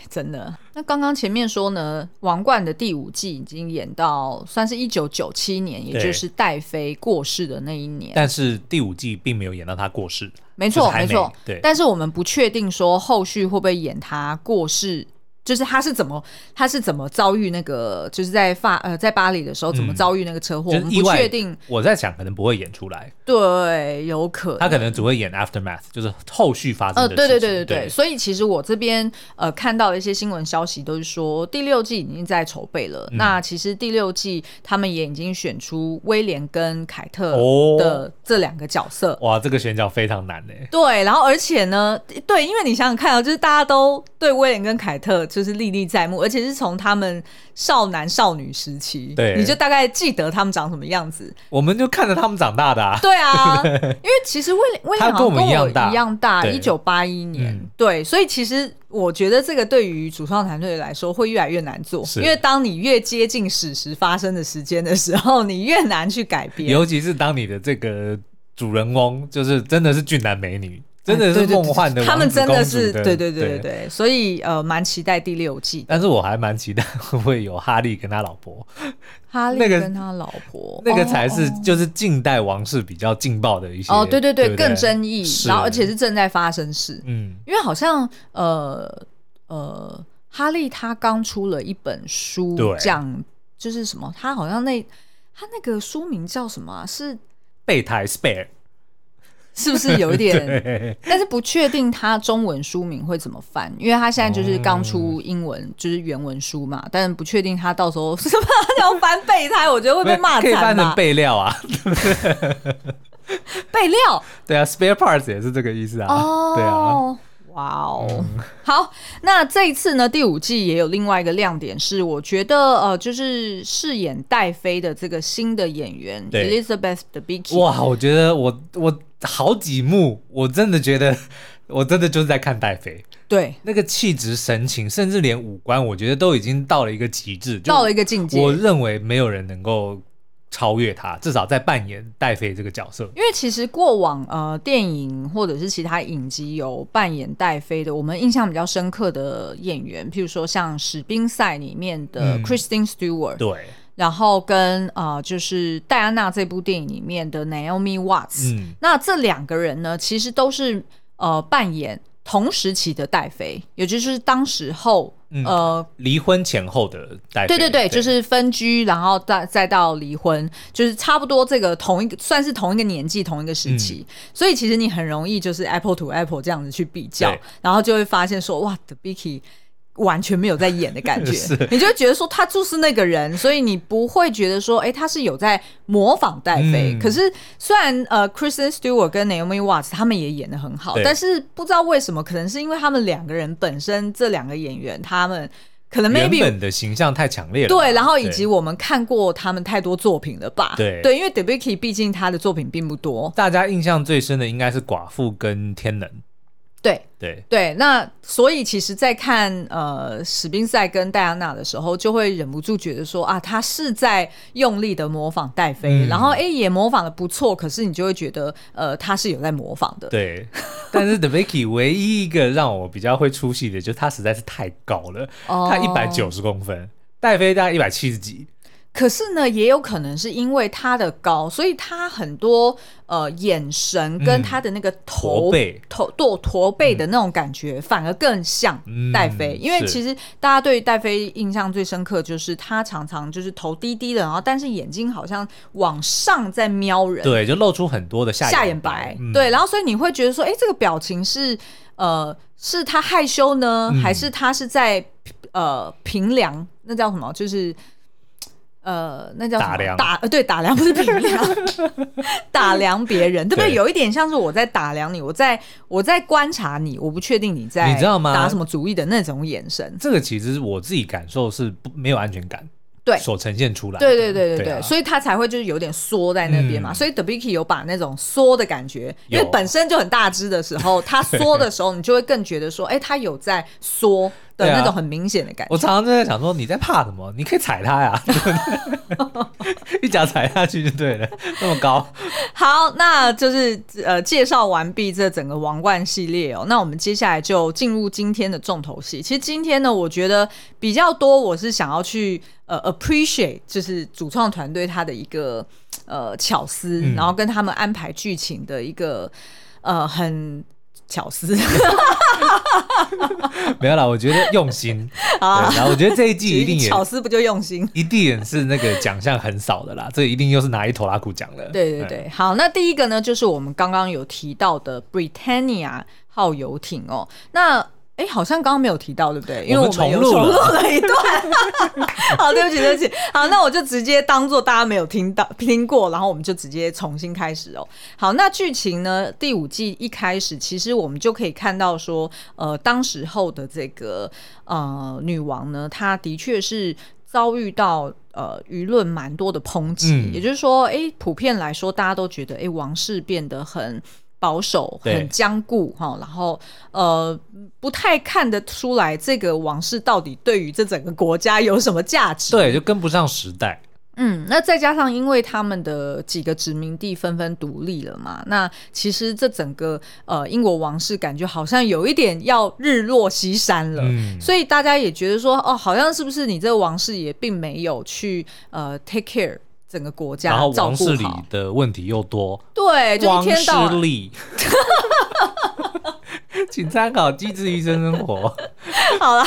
Speaker 2: 真的。那刚刚前面说呢，《王冠》的第五季已经演到算是一九九七年，也
Speaker 1: 对
Speaker 2: 就是戴妃过世的那一年。
Speaker 1: 但是第五季并没有演到他过世，
Speaker 2: 没
Speaker 1: 就
Speaker 2: 错，
Speaker 1: 是还
Speaker 2: 没错。
Speaker 1: 对
Speaker 2: 但是我们不确定说后续会不会演他过世，就是他是怎么他是怎么遭遇那个，就是在法呃在巴黎的时候怎么
Speaker 1: 嗯
Speaker 2: 遭遇那个车祸，
Speaker 1: 就
Speaker 2: 我
Speaker 1: 是
Speaker 2: 们
Speaker 1: 意
Speaker 2: 不
Speaker 1: 外
Speaker 2: 确定。
Speaker 1: 我在想可能不会演出来，
Speaker 2: 对，有可能。
Speaker 1: 他可能只会演 aftermath，就是后续发生的
Speaker 2: 呃，
Speaker 1: 事情。
Speaker 2: 对对对对对，所以其实我这边呃看到的一些新闻消息都是说第六季已经在筹备了。
Speaker 1: 嗯
Speaker 2: 那其实第六季他们也已经选出威廉跟凯特
Speaker 1: 哦
Speaker 2: 的这两个角色。
Speaker 1: 哇，这个选角非常难欸呢。
Speaker 2: 对，然后而且呢，对，因为你想想看啊，就是大家都对威廉跟凯特就是历历在目，而且是从他们少男少女时期，
Speaker 1: 对
Speaker 2: 你就大概记得他们长什么样子。
Speaker 1: 我们就看着他们长大的、啊，
Speaker 2: 对 啊，因为其实威廉威廉
Speaker 1: 他
Speaker 2: 好
Speaker 1: 跟我
Speaker 2: 像
Speaker 1: 们一样大
Speaker 2: 一样大，一
Speaker 1: 对
Speaker 2: 九八一年、
Speaker 1: 嗯
Speaker 2: 对，所以其实我觉得这个对于主创团队来说会越来越难做，
Speaker 1: 是
Speaker 2: 因为当你越接近史实发生的时间的时候，你越难去改编。
Speaker 1: 尤其是当你的这个主人翁就是真的是俊男美女，真的
Speaker 2: 哎对
Speaker 1: 是
Speaker 2: 对对
Speaker 1: 梦幻的
Speaker 2: 他们
Speaker 1: 王子
Speaker 2: 真
Speaker 1: 公
Speaker 2: 的
Speaker 1: 主
Speaker 2: 是，
Speaker 1: 的
Speaker 2: 对对对对
Speaker 1: 对。
Speaker 2: 对，所以呃，蛮期待第六季的。
Speaker 1: 但是我还蛮期待会不会有哈利跟他老婆，
Speaker 2: 哈利
Speaker 1: 那个
Speaker 2: 跟他老婆，
Speaker 1: 那个
Speaker 2: 哦
Speaker 1: 才是
Speaker 2: 哦
Speaker 1: 就是近代王室比较劲爆的一些
Speaker 2: 哦，对对对，
Speaker 1: 不
Speaker 2: 更争议，
Speaker 1: 是
Speaker 2: 然后而且是正在发生事，
Speaker 1: 嗯
Speaker 2: 因为好像呃呃，哈利他刚出了一本书，
Speaker 1: 对
Speaker 2: 讲就是什么，他好像那他那个书名叫什么啊、是
Speaker 1: 备胎 spare
Speaker 2: 是不是有一点？
Speaker 1: 对
Speaker 2: 但是不确定他中文书名会怎么翻，因为他现在就是刚出英文，就是原文书嘛，但是不确定他到时候是吧要翻备胎，我觉得会被骂
Speaker 1: 可以
Speaker 2: 惨
Speaker 1: 翻成
Speaker 2: 吧？
Speaker 1: 备料啊，
Speaker 2: 备料。
Speaker 1: 对啊，spare parts 也是这个意思啊，
Speaker 2: 哦，
Speaker 1: 对啊，嗯
Speaker 2: 哇哦，好，那这一次呢，第五季也有另外一个亮点是，我觉得呃，就是饰演戴妃的这个新的演员
Speaker 1: 对
Speaker 2: Elizabeth d b i c k y
Speaker 1: 哇，我觉得我我好几幕，我真的觉得 我真的就是在看戴妃，
Speaker 2: 对，
Speaker 1: 那个气质、神情，甚至连五官，我觉得都已经到了一个极致，就
Speaker 2: 到了一个境界。
Speaker 1: 我认为没有人能够超越她，至少在扮演戴妃这个角色。
Speaker 2: 因为其实过往呃电影或者是其他影集有扮演戴妃的，我们印象比较深刻的演员，譬如说像《史宾赛》里面的
Speaker 1: 嗯
Speaker 2: Kristen Stewart，、
Speaker 1: 对，
Speaker 2: 然后跟呃就是戴安娜这部电影里面的 Naomi Watts，、
Speaker 1: 嗯，
Speaker 2: 那这两个人呢，其实都是呃扮演同时期的戴妃，也就是当时候、
Speaker 1: 嗯
Speaker 2: 呃，
Speaker 1: 离婚前后的戴妃，
Speaker 2: 对对对，就是分居，然后再再到离婚，就是差不多这个同一个算是同一个年纪、同一个时期，
Speaker 1: 嗯
Speaker 2: 所以其实你很容易就是 Apple to Apple 这样子去比较
Speaker 1: 对，
Speaker 2: 然后就会发现说哇，The Bicky。完全没有在演的感觉
Speaker 1: 是，
Speaker 2: 你就会觉得说他就是那个人，所以你不会觉得说，哎、他是有在模仿戴妃。
Speaker 1: 嗯
Speaker 2: 可是虽然呃，Kristen Stewart 跟 Naomi Watts 他们也演的很好，
Speaker 1: 对
Speaker 2: 但是不知道为什么，可能是因为他们两个人本身这两个演员，他们可能
Speaker 1: 原
Speaker 2: maybe
Speaker 1: 本的形象太强烈了吧。
Speaker 2: 对，然后以及
Speaker 1: 对
Speaker 2: 我们看过他们太多作品了吧？
Speaker 1: 对
Speaker 2: 对，因为 Debicki 毕竟他的作品并不多。
Speaker 1: 大家印象最深的应该是寡妇跟天能。
Speaker 2: 对
Speaker 1: 对，
Speaker 2: 对，那所以其实，在看呃史宾赛跟戴安娜的时候，就会忍不住觉得说啊，他是在用力的模仿戴妃，
Speaker 1: 嗯
Speaker 2: 然后哎、诶也模仿的不错，可是你就会觉得呃他是有在模仿的。
Speaker 1: 对，但是 The Vicky 唯一一个让我比较会出戏的，就是她实在是太高了，
Speaker 2: 哦
Speaker 1: 她一百九十公分，戴妃大概一百七十几，
Speaker 2: 可是呢，也有可能是因为他的高，所以他很多呃眼神
Speaker 1: 嗯
Speaker 2: 跟他的那个头、
Speaker 1: 驼背
Speaker 2: 头驼驼背的那种感觉，反而更像
Speaker 1: 嗯
Speaker 2: 戴妃。因为
Speaker 1: 是
Speaker 2: 其实大家对于戴妃印象最深刻，就是她常常就是头低低的，然后但是眼睛好像往上在瞄人，
Speaker 1: 对，就露出很多的下
Speaker 2: 下
Speaker 1: 眼
Speaker 2: 眼白，
Speaker 1: 嗯
Speaker 2: 对，然后所以你会觉得说，哎、这个表情是呃，是他害羞呢，
Speaker 1: 嗯
Speaker 2: 还是他是在呃平凉？那叫什么？就是呃，那叫什么
Speaker 1: 打量
Speaker 2: 打呃对打量不是平 量，打量别人，对不对？
Speaker 1: 对
Speaker 2: 有一点像是我在打量你，我在我在观察你，我不确定你在
Speaker 1: 你知道吗
Speaker 2: 打什么主意的那种眼神。
Speaker 1: 这个其实我自己感受是不没有安全感，
Speaker 2: 对
Speaker 1: 所呈现出来的，
Speaker 2: 对对对对对，
Speaker 1: 啊
Speaker 2: 所以他才会就是有点缩在那边嘛。
Speaker 1: 嗯
Speaker 2: 所以 Debicki 有把那种缩的感觉，因为
Speaker 1: 有
Speaker 2: 本身就很大只的时候，他缩的时候，你就会更觉得说，哎、他有在缩的
Speaker 1: 对啊
Speaker 2: 那种很明显的感觉。
Speaker 1: 我常常就在想说，你在怕什么？你可以踩它呀， 一脚踩下去就对了，那么高。
Speaker 2: 好，那就是呃介绍完毕这整个王冠系列哦。那我们接下来就进入今天的重头戏。其实今天呢，我觉得比较多，我是想要去呃 appreciate，就是主创团队他的一个呃巧思，
Speaker 1: 嗯
Speaker 2: 然后跟他们安排剧情的一个呃很。巧思
Speaker 1: 没有啦，我觉得用心。
Speaker 2: 啊
Speaker 1: 对，然后我觉得这一季一 定也
Speaker 2: 巧思不就用心？
Speaker 1: 一定也是那个奖项很少的啦，这一定又是拿一头拉苦奖了。嗯
Speaker 2: 对对对，好，那第一个呢，就是我们刚刚有提到的 Britannia 号游艇哦，那。哎，好像刚刚没有提到，对不对？因为
Speaker 1: 我
Speaker 2: 我
Speaker 1: 们
Speaker 2: 们有
Speaker 1: 重录
Speaker 2: 重录
Speaker 1: 了
Speaker 2: 了一段。 好，对不起，对不起。好，那我就直接当做大家没有听到、听过，然后我们就直接重新开始哦。好，那剧情呢？第五季一开始，其实我们就可以看到说，呃，当时候的这个呃女王呢，她的确是遭遇到呃舆论蛮多的抨击，
Speaker 1: 嗯
Speaker 2: 也就是说，哎、普遍来说，大家都觉得，哎、王室变得很。保守
Speaker 1: 对
Speaker 2: 很僵固哈，然后呃不太看得出来这个王室到底对于这整个国家有什么价值。
Speaker 1: 对，就跟不上时代。
Speaker 2: 嗯，那再加上因为他们的几个殖民地纷纷独立了嘛，那其实这整个呃英国王室感觉好像有一点要日落西山了。
Speaker 1: 嗯，
Speaker 2: 所以大家也觉得说，哦，好像是不是你这个王室也并没有去呃 take care 整个国家
Speaker 1: 然后
Speaker 2: 照
Speaker 1: 王
Speaker 2: 顾
Speaker 1: 室里
Speaker 2: 好，
Speaker 1: 的问题又多，
Speaker 2: 对，就一
Speaker 1: 王
Speaker 2: 天到晚
Speaker 1: 室力。 请参考《机智医生 生活》。
Speaker 2: 好了，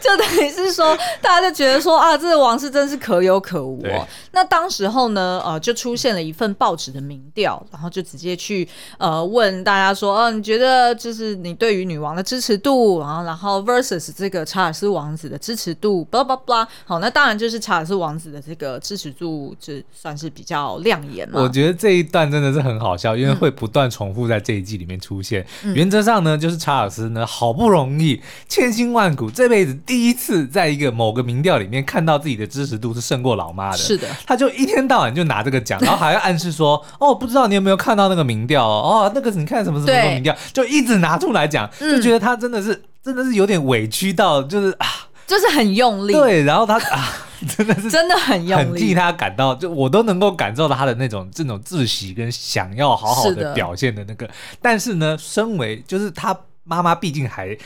Speaker 2: 就等于是说，大家就觉得说啊，这个王室真是可有可无
Speaker 1: 对
Speaker 2: 哦。那当时候呢，呃，就出现了一份报纸的民调，然后就直接去呃问大家说，嗯、你觉得就是你对于女王的支持度，然后然后 versus 这个查尔斯王子的支持度，blah blah blah。好，那当然就是查尔斯王子的这个支持度，就算是比较亮眼嘛。
Speaker 1: 我觉得这一段真的是很好笑，因
Speaker 2: 嗯
Speaker 1: 为会不断重复在这一季里面出现。原则上呢，就是查尔斯呢好不容易千辛万苦，这辈子第一次在一个某个民调里面看到自己的支持度是胜过老妈的。
Speaker 2: 是的，
Speaker 1: 他就一天到晚就拿这个奖，然后还要暗示说，哦，不知道你有没有看到那个民调哦，哦，那个你看什么什么什么
Speaker 2: 对嗯
Speaker 1: 民调，就一直拿出来讲，就觉得他真的是、真的是有点委屈到，就是啊，
Speaker 2: 就是很用力，
Speaker 1: 对，然后他啊，真的是
Speaker 2: 真的很用
Speaker 1: 很替
Speaker 2: 力。
Speaker 1: 他感到，就我都能够感受到他的那种这种窒息跟想要好好
Speaker 2: 是
Speaker 1: 的
Speaker 2: 的
Speaker 1: 表现的那个。但是呢，身为就是他妈妈，毕竟还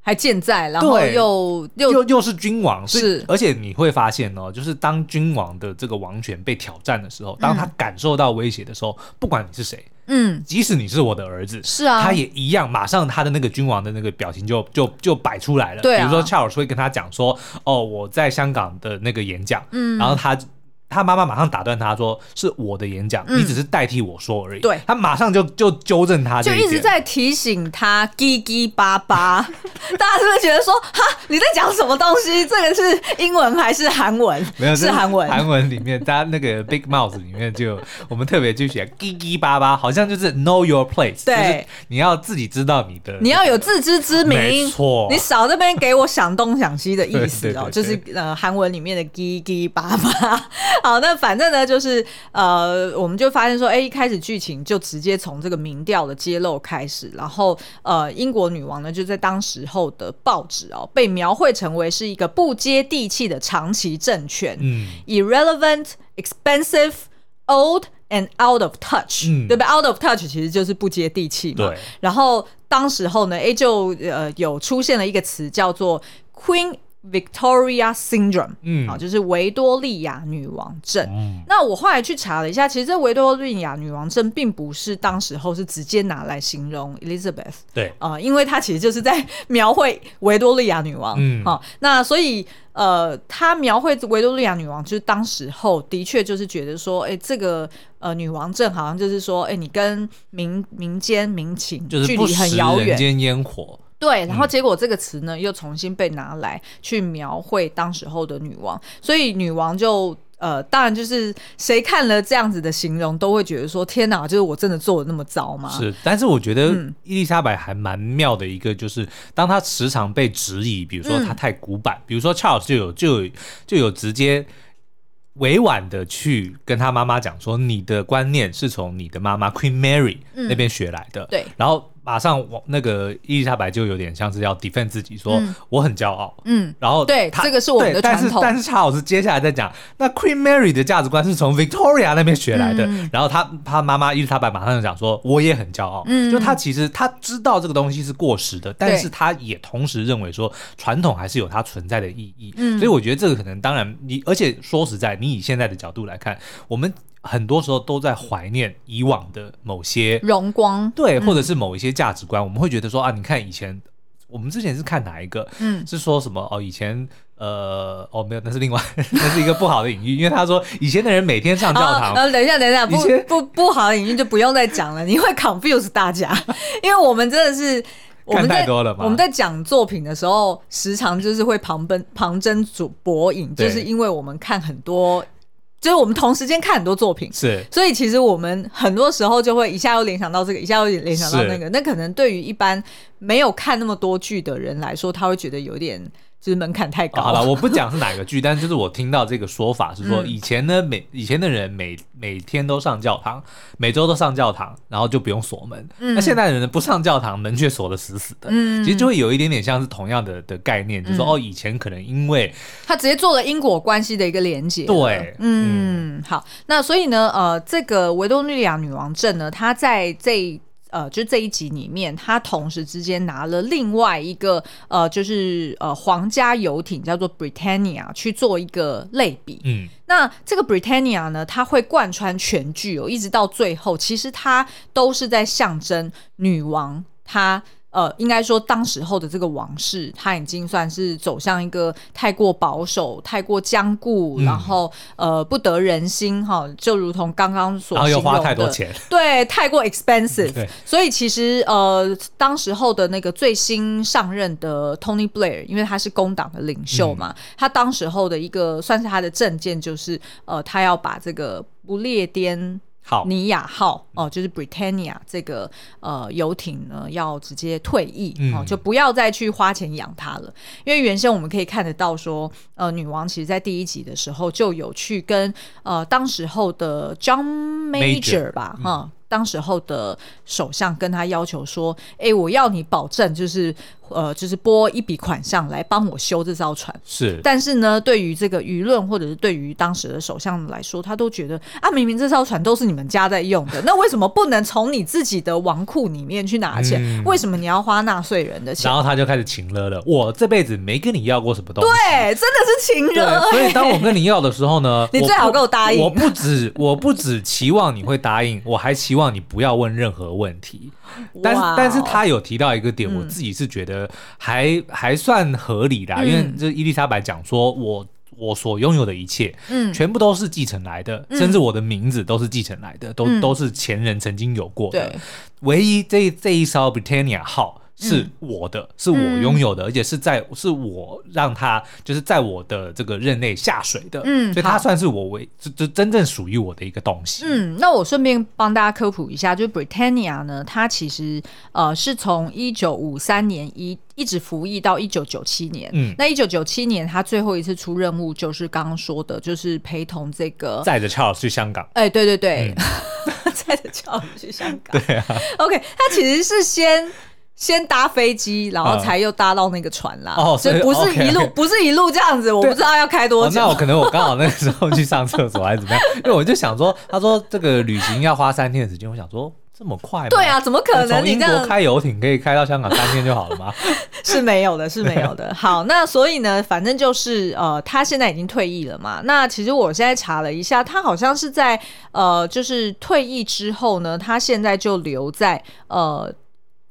Speaker 2: 还健在，然后
Speaker 1: 对
Speaker 2: 又又
Speaker 1: 又又是君王，所以
Speaker 2: 是
Speaker 1: 而且你会发现哦，就是当君王的这个王权被挑战的时候，当他感受到威胁的时候，不管你是谁，
Speaker 2: 嗯，
Speaker 1: 即使你是我的儿子，
Speaker 2: 是啊，
Speaker 1: 他也一样，马上他的那个君王的那个表情就就就摆出来了。
Speaker 2: 对啊
Speaker 1: 比如说恰尔会跟他讲说：“哦，我在香港的那个演讲。”
Speaker 2: 嗯
Speaker 1: 然后他他妈妈马上打断他说：“是我的演讲，
Speaker 2: 嗯
Speaker 1: 你只是代替我说而已。”
Speaker 2: 对
Speaker 1: 他马上就就纠正他这
Speaker 2: 就
Speaker 1: 一点，
Speaker 2: 一直在提醒他“叽叽巴巴”， 大家是不是觉得说哈你在讲什么东西？这个是英文还是韩文？
Speaker 1: 没有这
Speaker 2: 是韩文。
Speaker 1: 韩文里面，大家那个 Big Mouth 里面就有我们特别去写“叽叽巴巴”，好像就是 Know Your Place，
Speaker 2: 对
Speaker 1: 就是你要自己知道你的，
Speaker 2: 你要有自知之
Speaker 1: 没
Speaker 2: 明，
Speaker 1: 错，
Speaker 2: 你少这边给我想东想西的意思 哦，
Speaker 1: 对对对对
Speaker 2: 就是呃韩文里面的“叽叽巴巴”。好，那反正呢，就是呃，我们就发现说，哎、一开始剧情就直接从这个民调的揭露开始，然后呃，英国女王呢就在当时候的报纸哦，被描绘成为是一个不接地气的长期政权，
Speaker 1: 嗯。
Speaker 2: irrelevant, expensive, old and out of touch，、
Speaker 1: 嗯
Speaker 2: 对不对？out of touch 其实就是不接地气嘛。
Speaker 1: 对。
Speaker 2: 然后当时候呢，诶，就呃有出现了一个词叫做 Queen Victoria Syndrome，
Speaker 1: 嗯
Speaker 2: 好、就是维多利亚女王症。
Speaker 1: 嗯
Speaker 2: 那我后来去查了一下，其实这维多利亚女王症并不是当时候是直接拿来形容 Elizabeth，
Speaker 1: 对，
Speaker 2: 呃，因为它其实就是在 描绘维多利亚女王，
Speaker 1: 嗯
Speaker 2: 好、那所以呃，他描绘维多利亚女王，就是当时候的确就是觉得说，哎、这个呃女王症好像就是说，哎、你跟民民间民情
Speaker 1: 就是
Speaker 2: 距
Speaker 1: 不
Speaker 2: 离很
Speaker 1: 食
Speaker 2: 遥
Speaker 1: 人
Speaker 2: 远，
Speaker 1: 间嗯烟火，
Speaker 2: 对，然后结果这个词呢，又重新被拿来去描绘当时候的女王，所以女王就。呃，当然就是谁看了这样子的形容，都会觉得说：天哪，就是我真的做的那么糟吗？
Speaker 1: 是，但是我觉得
Speaker 2: 嗯
Speaker 1: 伊丽莎白还蛮妙的一个，就是当她时常被质疑，比如
Speaker 2: 嗯
Speaker 1: 说她太古板，比如说 Charles 就有就有就有直接委婉的去跟他妈妈讲说，你的观念是从你的妈妈 Queen Mary
Speaker 2: 嗯
Speaker 1: 那边学来的，
Speaker 2: 对
Speaker 1: 然后马上往那个伊丽莎白就有点像是要 defend 自己，说我很骄傲，
Speaker 2: 嗯，
Speaker 1: 然后
Speaker 2: 对
Speaker 1: 他
Speaker 2: 这个是我们
Speaker 1: 对
Speaker 2: 的传统
Speaker 1: 但是但是查老师接下来在讲，那 Queen Mary 的价值观是从 Victoria 那边学来的。然后他他妈妈伊丽莎白马上就讲说，我也很骄傲。
Speaker 2: 嗯
Speaker 1: 就他其实他知道这个东西是过时的，但
Speaker 2: 对
Speaker 1: 是他也同时认为说传统还是有它存在的意义。
Speaker 2: 嗯
Speaker 1: 所以我觉得这个可能当然你，而且说实在，你以现在的角度来看，我们很多时候都在怀念以往的某些
Speaker 2: 荣光，
Speaker 1: 对，或者是某一些价值观，我们会觉得说啊，你看以前。我们之前是看哪一个？
Speaker 2: 嗯，
Speaker 1: 是说什么哦？以前呃，哦没有，那是另外， 那是一个不好的隐喻，因为他说以前的人每天上教堂，
Speaker 2: 呃，等一下，等一下，
Speaker 1: 以前
Speaker 2: 不不不好的隐喻就不用再讲了，你会 confuse 大家，因为我们真的是。我们
Speaker 1: 看
Speaker 2: 在
Speaker 1: 太多了吧
Speaker 2: 我们在讲作品的时候，时常就是会旁奔旁征左博引，
Speaker 1: 对
Speaker 2: 就是因为我们看很多，就是我们同时间看很多作品，
Speaker 1: 是
Speaker 2: 所以其实我们很多时候就会一下又联想到这个，一下又联想到
Speaker 1: 是
Speaker 2: 那个。那可能对于一般没有看那么多剧的人来说，他会觉得有点就是门槛太高。
Speaker 1: 好了，我不讲是哪个剧，但是就是我听到这个说法是说，
Speaker 2: 嗯
Speaker 1: 以前呢每以前的人每每天都上教堂，每周都上教堂，然后就不用锁门。那现在的人不上教堂，门却锁得死死的。
Speaker 2: 嗯
Speaker 1: 其实就会有一点点像是同样的的概念，就是说、
Speaker 2: 嗯
Speaker 1: 哦，以前可能因为
Speaker 2: 他直接做了因果关系的一个连接。
Speaker 1: 对，
Speaker 2: 啊嗯，好，那所以呢，呃，这个维多利亚女王镇呢，它在这一呃，就这一集里面，它同时之间拿了另外一个呃，就是呃皇家游艇叫做 Britannia 去做一个类比。
Speaker 1: 嗯，
Speaker 2: 那这个 Britannia 呢，它会贯穿全剧哦，一直到最后，其实它都是在象征女王她。呃，应该说，当时候的这个王室，她已经算是走向一个太过保守、太过僵固，
Speaker 1: 嗯
Speaker 2: 然后呃不得人心哈，就如同刚刚所
Speaker 1: 然后又
Speaker 2: 形容
Speaker 1: 花太多
Speaker 2: 的
Speaker 1: 钱，嗯
Speaker 2: 对，太过 expensive
Speaker 1: 对。
Speaker 2: 所以其实呃，当时候的那个最新上任的 Tony Blair，因为他是工党的领袖嘛，他当时候的一个算是他的政见就是呃，他要把这个不列颠。
Speaker 1: 好，
Speaker 2: 尼亚号
Speaker 1: 嗯
Speaker 2: 哦、就是 Britannia 这个呃游艇呢，要直接退役
Speaker 1: 嗯
Speaker 2: 哦、就不要再去花钱养它了。因为原先我们可以看得到说，呃，女王其实在第一集的时候就有去跟呃当时候的
Speaker 1: Major，
Speaker 2: John
Speaker 1: 嗯
Speaker 2: Major 吧，哈、当时候的首相跟他要求说：“哎、我要你保证，就是呃，就是拨一笔款项来帮我修这艘船。”
Speaker 1: 是
Speaker 2: 但是呢，对于这个舆论或者是对于当时的首相来说，他都觉得啊，明明这艘船都是你们家在用的，那为什么不能从你自己的王库里面去拿钱？
Speaker 1: 嗯
Speaker 2: 为什么你要花纳税人的钱
Speaker 1: 然？后他就开始情了了，我这辈子没跟你要过什么东西。
Speaker 2: 对，真的是情人啊
Speaker 1: 对，所以当我跟你要的时候呢，
Speaker 2: 你
Speaker 1: 我
Speaker 2: 最好
Speaker 1: 不
Speaker 2: 给我答应
Speaker 1: 我不止我不止期望你会答应，我还期望你不要问任何问题。但是
Speaker 2: 哇哦嗯
Speaker 1: 但是他有提到一个点，我自己是觉得还还算合理的啊，因为
Speaker 2: 嗯
Speaker 1: 这伊丽莎白讲说我。我所拥有的一切，
Speaker 2: 嗯
Speaker 1: 全部都是继承来的，甚至我的名字都是继承来的，都、
Speaker 2: 嗯
Speaker 1: 都是前人曾经有过的
Speaker 2: 对。
Speaker 1: 唯一这这一艘 Britannia 号是
Speaker 2: 嗯
Speaker 1: 我的，是我拥有的，而且是在是我让它就是在我的这个任内下水的，
Speaker 2: 嗯
Speaker 1: 所以它
Speaker 2: 好
Speaker 1: 算是我为这这真正属于我的一个东西，
Speaker 2: 嗯，那我顺便帮大家科普一下，就是 Britannia 呢，它其实呃是从一九五三年一一直服役到一九九七年。
Speaker 1: 嗯
Speaker 2: 那一九九七年它最后一次出任务就是刚刚说的，就是陪同这个。
Speaker 1: 载着 Charles 去香港，
Speaker 2: 哎、对对对，
Speaker 1: 嗯
Speaker 2: 载着叫我去香港。对啊，OK，他其实是先先搭飞机，然后
Speaker 1: 嗯
Speaker 2: 才又搭到那个船啦，
Speaker 1: 哦
Speaker 2: 所
Speaker 1: 所
Speaker 2: 以
Speaker 1: 以
Speaker 2: 不是
Speaker 1: OK，
Speaker 2: 一路
Speaker 1: OK
Speaker 2: 不是一路这样子，我不知道要开多
Speaker 1: 哦，
Speaker 2: 久。
Speaker 1: 那我可能我刚好那个时候去上厕所还是怎么样，因为我就想说，他说这个旅行要花三天的时间，我想说这么快吗？
Speaker 2: 对啊，，怎么可能？
Speaker 1: 从
Speaker 2: 你
Speaker 1: 英
Speaker 2: 这
Speaker 1: 国
Speaker 2: 样
Speaker 1: 开游艇可以开到香港三天就好了吗？
Speaker 2: 是没有的，是没有的。 好，那所以呢，反正就是呃，他现在已经退役了嘛。那其实我现在查了一下，他好像是在呃，就是退役之后呢，他现在就留在呃。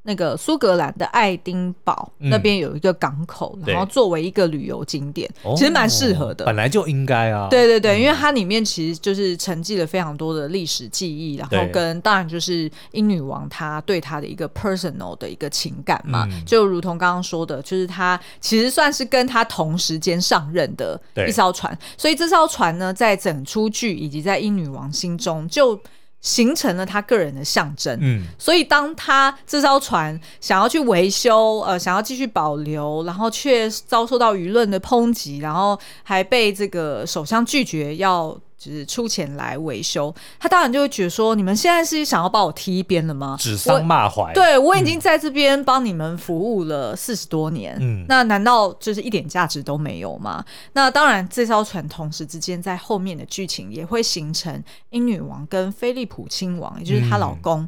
Speaker 2: 那个苏格兰的爱丁堡、
Speaker 1: 嗯
Speaker 2: 那边有一个港口，
Speaker 1: 对
Speaker 2: 然后作为一个旅游景点，
Speaker 1: 哦
Speaker 2: 其实蛮适合的。
Speaker 1: 本来就应该啊。
Speaker 2: 对对对，因为它里面其实就是沉寂了非常多的历史记忆，然后
Speaker 1: 对
Speaker 2: 跟当然就是英女王她对她的一个 personal 的一个情感嘛，
Speaker 1: 嗯
Speaker 2: 就如同刚刚说的，就是她其实算是跟她同时间上任的
Speaker 1: 对
Speaker 2: 一艘船，所以这艘船呢，在整出剧以及在英女王心中就形成了她个人的象征。
Speaker 1: 嗯，
Speaker 2: 所以，当他这艘船想要去维修，呃，想要继续保留，然后却遭受到舆论的抨击，然后还被这个首相拒绝要就是出钱来维修，他当然就会觉得说，你们现在是想要把我踢一边了吗？
Speaker 1: 指桑骂槐。，
Speaker 2: 对我已经在这边帮你们服务了四十多年，
Speaker 1: 嗯
Speaker 2: 那难道就是一点价值都没有吗？那当然，这艘船同时之间在后面的剧情也会形成英女王跟菲利普亲王，也就是她老公。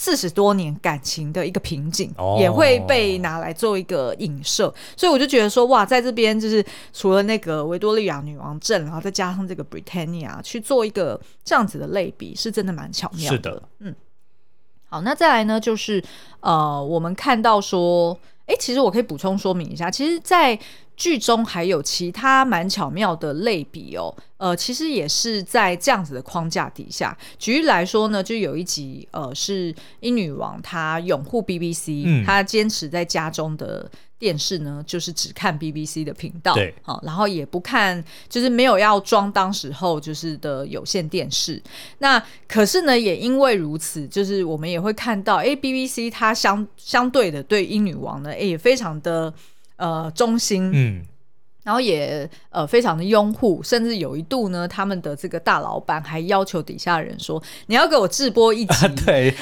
Speaker 2: 四十多年感情的一个瓶颈，
Speaker 1: 嗯哦
Speaker 2: 也会被拿来做一个影射，所以我就觉得说，哇，在这边就是除了那个维多利亚女王镇，然后再加上这个 Britannia 去做一个这样子的类比，是真的蛮巧妙
Speaker 1: 是的，
Speaker 2: 嗯。好，那再来呢，就是呃，我们看到说，诶，其实我可以补充说明一下，其实，在剧中还有其他蛮巧妙的类比哦，呃，其实也是在这样子的框架底下。举例来说呢，就有一集呃是英女王她拥护 BBC，、
Speaker 1: 嗯
Speaker 2: 她坚持在家中的电视呢就是只看 BBC 的频道，
Speaker 1: 对，
Speaker 2: 好、然后也不看，就是没有要装当时候就是的有线电视。那可是呢，也因为如此，就是我们也会看到，哎，BBC 它相相对的对英女王呢，哎也非常的呃忠心，
Speaker 1: 嗯，。
Speaker 2: 然后也呃非常的拥护，甚至有一度呢，他们的这个大老板还要求底下人说，你要给我直播一集
Speaker 1: 啊对，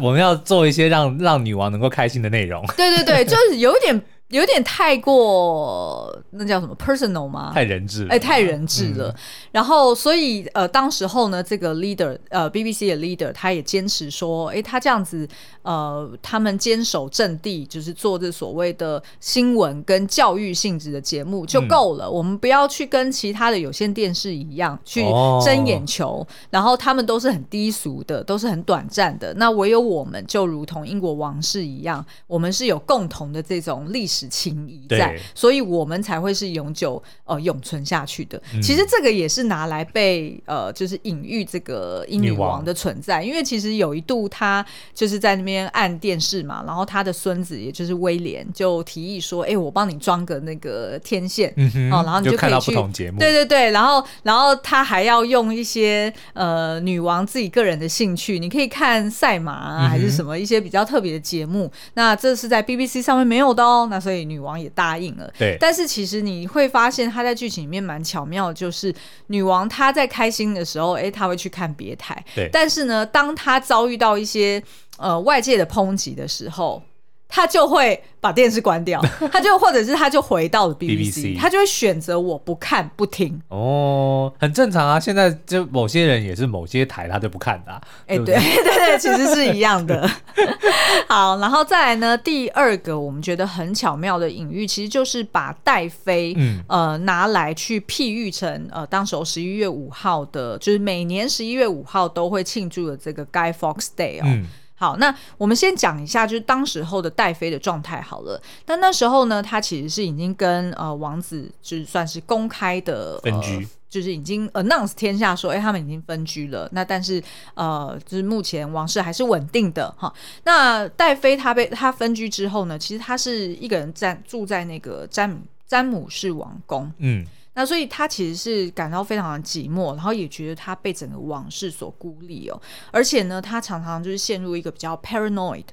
Speaker 1: 我们要做一些让让女王能够开心的内容，
Speaker 2: 对对对，就是有一点有一点太过那叫什么 personal 吗？
Speaker 1: 太人质了。嗯
Speaker 2: 哎、太人质了。然后，所以呃，当时候呢，这个 leader 呃，BBC 的 leader 他也坚持说，哎、他这样子呃，他们坚守阵地，就是做这所谓的新闻跟教育性质的节目就
Speaker 1: 嗯
Speaker 2: 够了，我们不要去跟其他的有线电视一样去
Speaker 1: 哦
Speaker 2: 争眼球，然后他们都是很低俗的，都是很短暂的。那唯有我们就如同英国王室一样，我们是有共同的这种历史情谊在
Speaker 1: 对，
Speaker 2: 所以我们才会是永久呃永存下去的。
Speaker 1: 嗯
Speaker 2: 其实这个也是拿来被呃，就是隐喻这个英女
Speaker 1: 女王
Speaker 2: 王的存在，因为其实有一度她就是在那边按电视嘛，然后她的孙子也就是威廉就提议说：“哎、我帮你装个那个天线。
Speaker 1: 嗯哼，
Speaker 2: 哦，然后你
Speaker 1: 就
Speaker 2: 可
Speaker 1: 看
Speaker 2: 以
Speaker 1: 到
Speaker 2: 去
Speaker 1: 不同节目。
Speaker 2: 对对对，然后然后他还要用一些呃女王自己个人的兴趣，你可以看赛马啊，还是什么一些比较特别的节
Speaker 1: 嗯
Speaker 2: 目。那这是在 BBC 上面没有的哦，那所以女王也答应了。
Speaker 1: 对
Speaker 2: 但是其实你会发现，她在剧情里面蛮巧妙的，就是女王她在开心的时候，哎，她会去看别台。
Speaker 1: 对
Speaker 2: 但是呢，当她遭遇到一些呃外界的抨击的时候，她就会把电视关掉，她就或者是她就回到了 BBC，
Speaker 1: BBC
Speaker 2: 她就会选择我不看不听。
Speaker 1: 哦，很正常啊。现在就某些人也是某些台他就不看的、啊，
Speaker 2: 哎、
Speaker 1: 不
Speaker 2: 对对 对，其实是一样的。 好，然后再来呢，第二个我们觉得很巧妙的隐喻，其实就是把戴妃，
Speaker 1: 嗯
Speaker 2: 呃，拿来去譬喻成呃，当时候十一月五号的，就是每年十一月五号都会庆祝的这个 Guy Fawkes Day 哦。
Speaker 1: 嗯，
Speaker 2: 好，那我们先讲一下，就是当时候的戴妃的状态好了。那那时候呢，她其实是已经跟呃王子，就是算是公开的
Speaker 1: 分居
Speaker 2: 呃就是已经 announce 天下说，哎、他们已经分居了。那但是呃，就是目前王室还是稳定的哈。那戴妃她被她分居之后呢，其实她是一个人占住在那个詹姆詹姆士王宫，
Speaker 1: 嗯，
Speaker 2: 那所以他其实是感到非常的寂寞，然后也觉得他被整个往事所孤立哦，而且呢，他常常就是陷入一个比较 paranoid，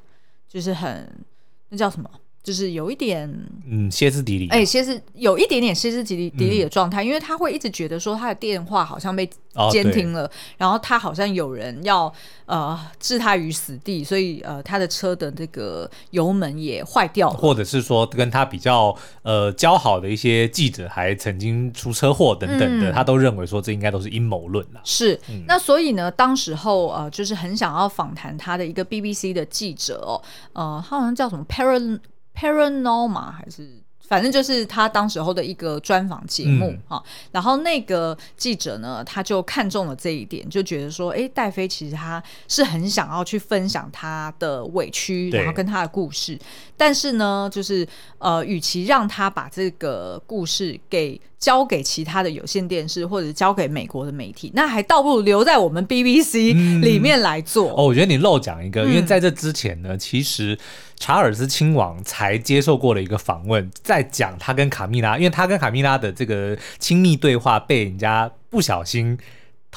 Speaker 2: 就是很那叫什么就是有一点，
Speaker 1: 嗯，歇斯底里。
Speaker 2: 哎、歇斯有一点点歇斯底里底里的状态，
Speaker 1: 嗯
Speaker 2: 因为他会一直觉得说他的电话好像被
Speaker 1: 哦
Speaker 2: 监听了，然后他好像有人要呃置他于死地，所以呃他的车的这个油门也坏掉了。
Speaker 1: 或者是说跟他比较呃交好的一些记者，还曾经出车祸等等的，他都认为说这应该都是阴谋论啦。嗯
Speaker 2: 是，那所以呢，当时候呃，就是很想要访谈他的一个 BBC 的记者哦，呃，他好像叫什么 Paran Paranorma 还是。反正就是他当时候的一个专访节目
Speaker 1: 嗯
Speaker 2: 啊、然后那个记者呢，他就看中了这一点，就觉得说，哎，戴飞其实他是很想要去分享他的委屈，
Speaker 1: 对
Speaker 2: 然后跟他的故事，但是呢，就是呃，与其让他把这个故事给交给其他的有线电视或者交给美国的媒体，那还倒不如留在我们 BBC 里面来做。
Speaker 1: 嗯哦，我觉得你漏讲一个，因为
Speaker 2: 嗯
Speaker 1: 在这之前呢，其实查尔斯亲王才接受过了一个访问，在讲他跟卡蜜拉，因为他跟卡蜜拉的这个亲密对话被人家不小心。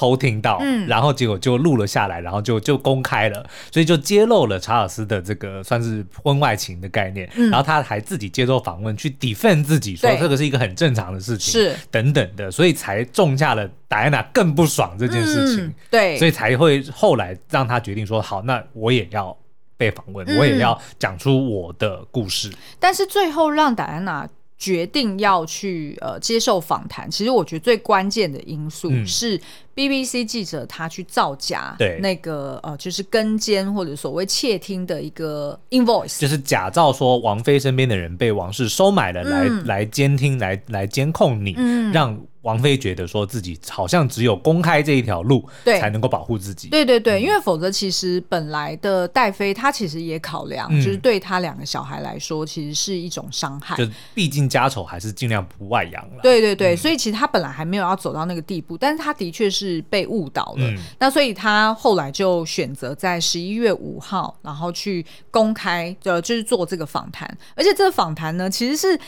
Speaker 1: 偷听到，
Speaker 2: 嗯
Speaker 1: 然后结果就录了下来，然后就就公开了，所以就揭露了查尔斯的这个算是婚外情的概念。
Speaker 2: 嗯
Speaker 1: 然后他还自己接受访问去 defend 自己，说
Speaker 2: 对
Speaker 1: 这个是一个很正常的事情，
Speaker 2: 是
Speaker 1: 等等的，所以才种下了戴安娜更不爽这件事情。
Speaker 2: 嗯、对，
Speaker 1: 所以才会后来让他决定说，好，那我也要被访问，
Speaker 2: 嗯
Speaker 1: 我也要讲出我的故事。
Speaker 2: 但是最后让戴安娜决定要去呃接受访谈，其实我觉得最关键的因素
Speaker 1: 嗯
Speaker 2: 是 BBC 记者他去造假，
Speaker 1: 对
Speaker 2: 那个呃就是跟监或者所谓窃听的一个 invoice，
Speaker 1: 就是假造说王菲身边的人被王室收买了，
Speaker 2: 嗯
Speaker 1: 来来监听，来来监控你，
Speaker 2: 嗯
Speaker 1: 让王菲觉得说自己好像只有公开这一条路，
Speaker 2: 对
Speaker 1: 才能够保护自己。嗯
Speaker 2: 对对对，因为否则其实本来的戴妃她其实也考量，
Speaker 1: 嗯
Speaker 2: 就是对她两个小孩来说，其实是一种伤害。
Speaker 1: 就毕竟家丑还是尽量不外扬了。
Speaker 2: 对对对，所以其实她本来还没有要走到那个地步，但是她的确是被误导了。
Speaker 1: 嗯
Speaker 2: 那所以她后来就选择在十一月五号，然后去公开，呃，就是做这个访谈。而且这个访谈呢，其实是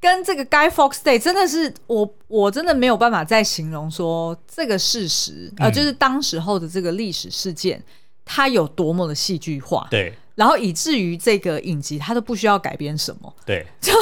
Speaker 2: 跟这个 Guy Fox Day 真的是我我真的没有办法再形容说这个事实，呃，
Speaker 1: 嗯
Speaker 2: 就是当时候的这个历史事件，它有多么的戏剧化，
Speaker 1: 对
Speaker 2: 然后以至于这个影集它都不需要改编什么，
Speaker 1: 对，
Speaker 2: 因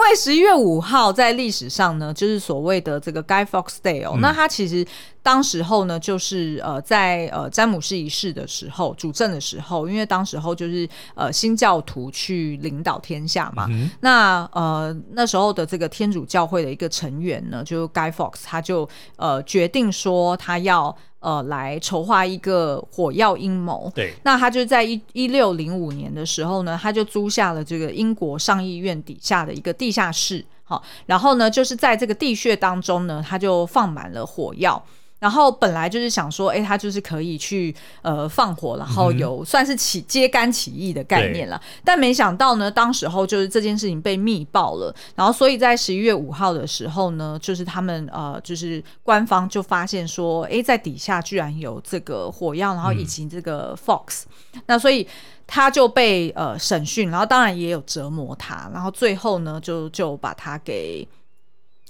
Speaker 2: 为十一月五号在历史上呢，就是所谓的这个 Guy Fox Day 哦，那它其实当时候呢，就是呃在呃詹姆士一世的时候主政的时候，因为当时候就是呃新教徒去领导天下嘛，
Speaker 1: 嗯
Speaker 2: 那呃那时候的这个天主教会的一个成员呢，就是 Guy Fox，他就呃决定说他要呃来筹划一个火药阴谋，
Speaker 1: 对，
Speaker 2: 那他就在一一六零五年的时候呢，他就租下了这个英国上议院底下的一个地下室，好，然后呢，就是在这个地穴当中呢，他就放满了火药。然后本来就是想说，哎，他就是可以去呃放火，然后有算是起揭竿起义的概念了。但没想到呢，当时候就是这件事情被密报了，然后所以在十一月五号的时候呢，就是他们呃就是官方就发现说，哎，在底下居然有这个火药，然后以及这个 Fox，、那所以他就被呃审讯，然后当然也有折磨他，然后最后呢就就把他给。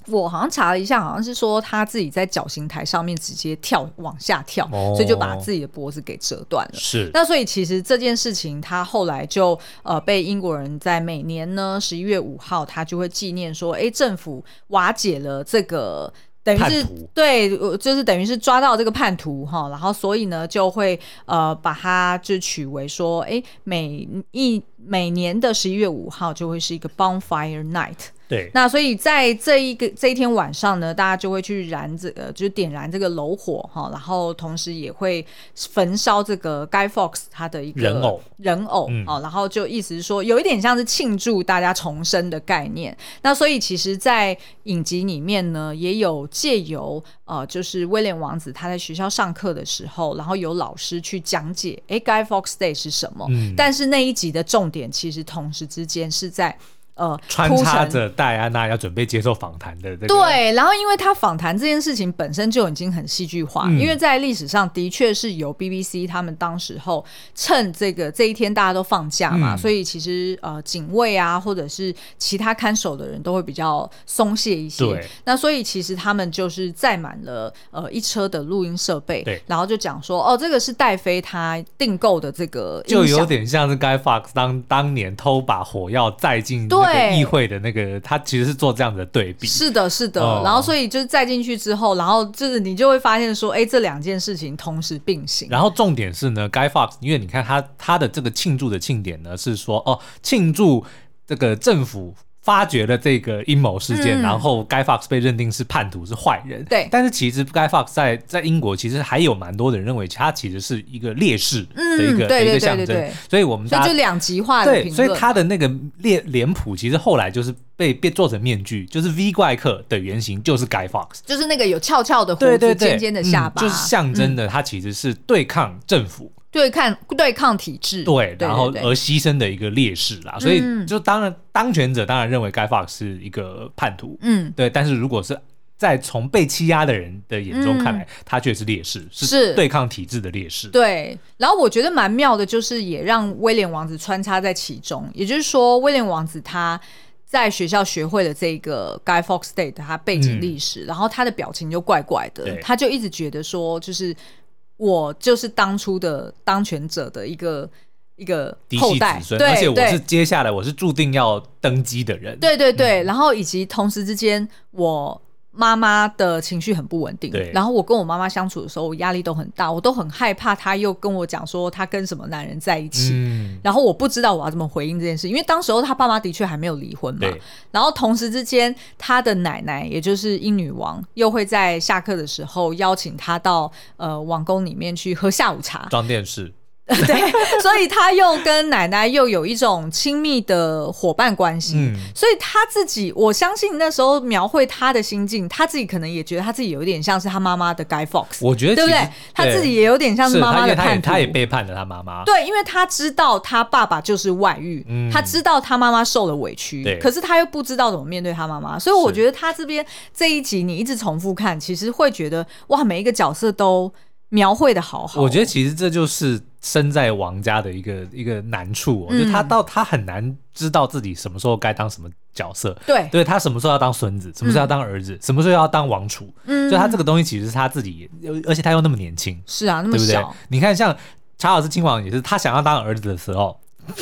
Speaker 2: 我好像查了一下，好像是说他自己在绞刑台上面直接跳往下跳，
Speaker 1: 哦
Speaker 2: 所以就把自己的脖子给折断了。
Speaker 1: 是
Speaker 2: 那所以其实这件事情，他后来就呃被英国人在每年呢十一月五号，他就会纪念说，哎，政府瓦解了这个。等于是
Speaker 1: 叛徒
Speaker 2: 对，呃就是等于是抓到这个叛徒哈，然后所以呢就会呃把它就取为说，哎，每一每年的十一月五号就会是一个 bonfire night，
Speaker 1: 对。
Speaker 2: 那所以在这一个这一天晚上呢，大家就会去燃这个，呃就是点燃这个楼火哈，然后同时也会焚烧这个 Guy Fox 他的一个
Speaker 1: 人偶
Speaker 2: 人偶
Speaker 1: 嗯
Speaker 2: 哦，然后就意思是说有一点像是庆祝大家重生的概念。那所以其实，在影集里面呢，也有借由呃，就是威廉王子他在学校上课的时候，然后有老师去讲解，诶 g u y Fox Day 是什么？
Speaker 1: 嗯
Speaker 2: 但是那一集的重点其实同时之间是在。呃
Speaker 1: 穿
Speaker 2: 铺
Speaker 1: 插
Speaker 2: 陈
Speaker 1: 着戴安娜要准备接受访谈的这个，
Speaker 2: 对，然后因为他访谈这件事情本身就已经很戏剧化，
Speaker 1: 嗯
Speaker 2: 因为在历史上的确是有 BBC 他们当时候趁这个这一天大家都放假嘛，
Speaker 1: 嗯
Speaker 2: 所以其实呃警卫啊或者是其他看守的人都会比较松懈一些
Speaker 1: 对。
Speaker 2: 那所以其实他们就是载满了呃一车的录音设备
Speaker 1: 对，
Speaker 2: 然后就讲说哦这个是戴飞他订购的这个
Speaker 1: 就
Speaker 2: 音响
Speaker 1: 有点像是 Guy Fox 当当年偷把火药载进那个
Speaker 2: 对
Speaker 1: 议会的那个，他其实是做这样的对比。
Speaker 2: 是的，是的。
Speaker 1: 哦
Speaker 2: 然后所以就是载进去之后，然后就是你就会发现说，哎，这两件事情同时并行。
Speaker 1: 然后重点是呢，Guy Fox，因为你看他他的这个庆祝的庆典呢，是说哦庆祝这个政府。发掘了这个阴谋事件，
Speaker 2: 嗯
Speaker 1: 然后 Guy Fox 被认定是叛徒，是坏人。
Speaker 2: 对
Speaker 1: 但是其实 Guy Fox 在在英国其实还有蛮多人认为他其实是一个烈士的一个、的
Speaker 2: 嗯对
Speaker 1: 一
Speaker 2: 对对
Speaker 1: 个象
Speaker 2: 对对
Speaker 1: 征，所以我们
Speaker 2: 所
Speaker 1: 大家
Speaker 2: 以就两极化的
Speaker 1: 对，
Speaker 2: 评论。
Speaker 1: 所以他的那个脸脸谱其实后来就是被被做成面具，就是 V 怪客的原型就是 Guy Fox，
Speaker 2: 就是那个有翘翘的胡
Speaker 1: 对
Speaker 2: 子、
Speaker 1: 对对，
Speaker 2: 尖尖的下
Speaker 1: 嗯
Speaker 2: 巴，
Speaker 1: 就是象征的他其实是对抗政府，
Speaker 2: 对抗对抗体制。
Speaker 1: 对，然后
Speaker 2: 嗯对嗯
Speaker 1: 而牺牲的一个烈士啦，所以就当然当权者当然认为 Guy Fox 是一个叛徒，
Speaker 2: 嗯，
Speaker 1: 对，但是如果是。在从被欺压的人的眼中
Speaker 2: 嗯
Speaker 1: 看来，他却是烈士，是
Speaker 2: 是
Speaker 1: 对抗体制的烈士。
Speaker 2: 对。然后我觉得蛮妙的，就是也让威廉王子穿插在其中，也就是说，威廉王子他。在学校学会了这个 Guy Fox Day 的他背景历史，然后他的表情就怪怪的
Speaker 1: 嗯对，
Speaker 2: 他就一直觉得说，就是我就是当初的当权者的一个一个
Speaker 1: 嫡
Speaker 2: 后
Speaker 1: 系
Speaker 2: 代
Speaker 1: 子，孙，
Speaker 2: 对
Speaker 1: 而且我
Speaker 2: 对
Speaker 1: 是接下来我是注定要登基的人。
Speaker 2: 对对
Speaker 1: 嗯
Speaker 2: 对，然后以及同时之间，我妈妈的情绪很不稳定
Speaker 1: 对，
Speaker 2: 然后我跟我妈妈相处的时候，我压力都很大，我都很害怕她又跟我讲说她跟什么男人在一起。
Speaker 1: 嗯，
Speaker 2: 然后我不知道我要怎么回应这件事，因为当时候她爸妈的确还没有离婚嘛
Speaker 1: 对。
Speaker 2: 然后同时之间，她的奶奶，也就是英女王，又会在下课的时候邀请她到呃王宫里面去喝下午 茶。
Speaker 1: 装电视，
Speaker 2: 对，所以他又跟奶奶又有一种亲密的伙伴关系。
Speaker 1: 嗯
Speaker 2: 所以他自己，我相信那时候描绘他的心境，他自己可能也觉得他自己有一点像是他妈妈的 Guy Fox，
Speaker 1: 我觉得
Speaker 2: 对不
Speaker 1: 其实
Speaker 2: 对？他自己也有点像
Speaker 1: 是
Speaker 2: 妈
Speaker 1: 他因
Speaker 2: 妈的
Speaker 1: 为他也
Speaker 2: 叛徒
Speaker 1: 他。也背叛了他妈妈。
Speaker 2: 对，因为他知道他爸爸就是外遇，
Speaker 1: 嗯
Speaker 2: 他知道他妈妈受了委屈
Speaker 1: 对，
Speaker 2: 可是他又不知道怎么面对他妈妈，所以我
Speaker 1: 是
Speaker 2: 觉得他这边这一集你一直重复看，其实会觉得哇，每一个角色都描绘的好好哦。
Speaker 1: 我觉得其实这就是身在王家的一个一个难处、哦，
Speaker 2: 嗯
Speaker 1: 就他到他很难知道自己什么时候该当什么角色，
Speaker 2: 对，
Speaker 1: 对他什么时候要当孙子，什么时候要当儿子，什么时候要当王储，
Speaker 2: 嗯
Speaker 1: 所以他这个东西其实是他自己，而且他又那么年轻，
Speaker 2: 是啊，那么
Speaker 1: 对不对
Speaker 2: 小，？
Speaker 1: 你看像查尔斯亲王也是，他想要当儿子的时候，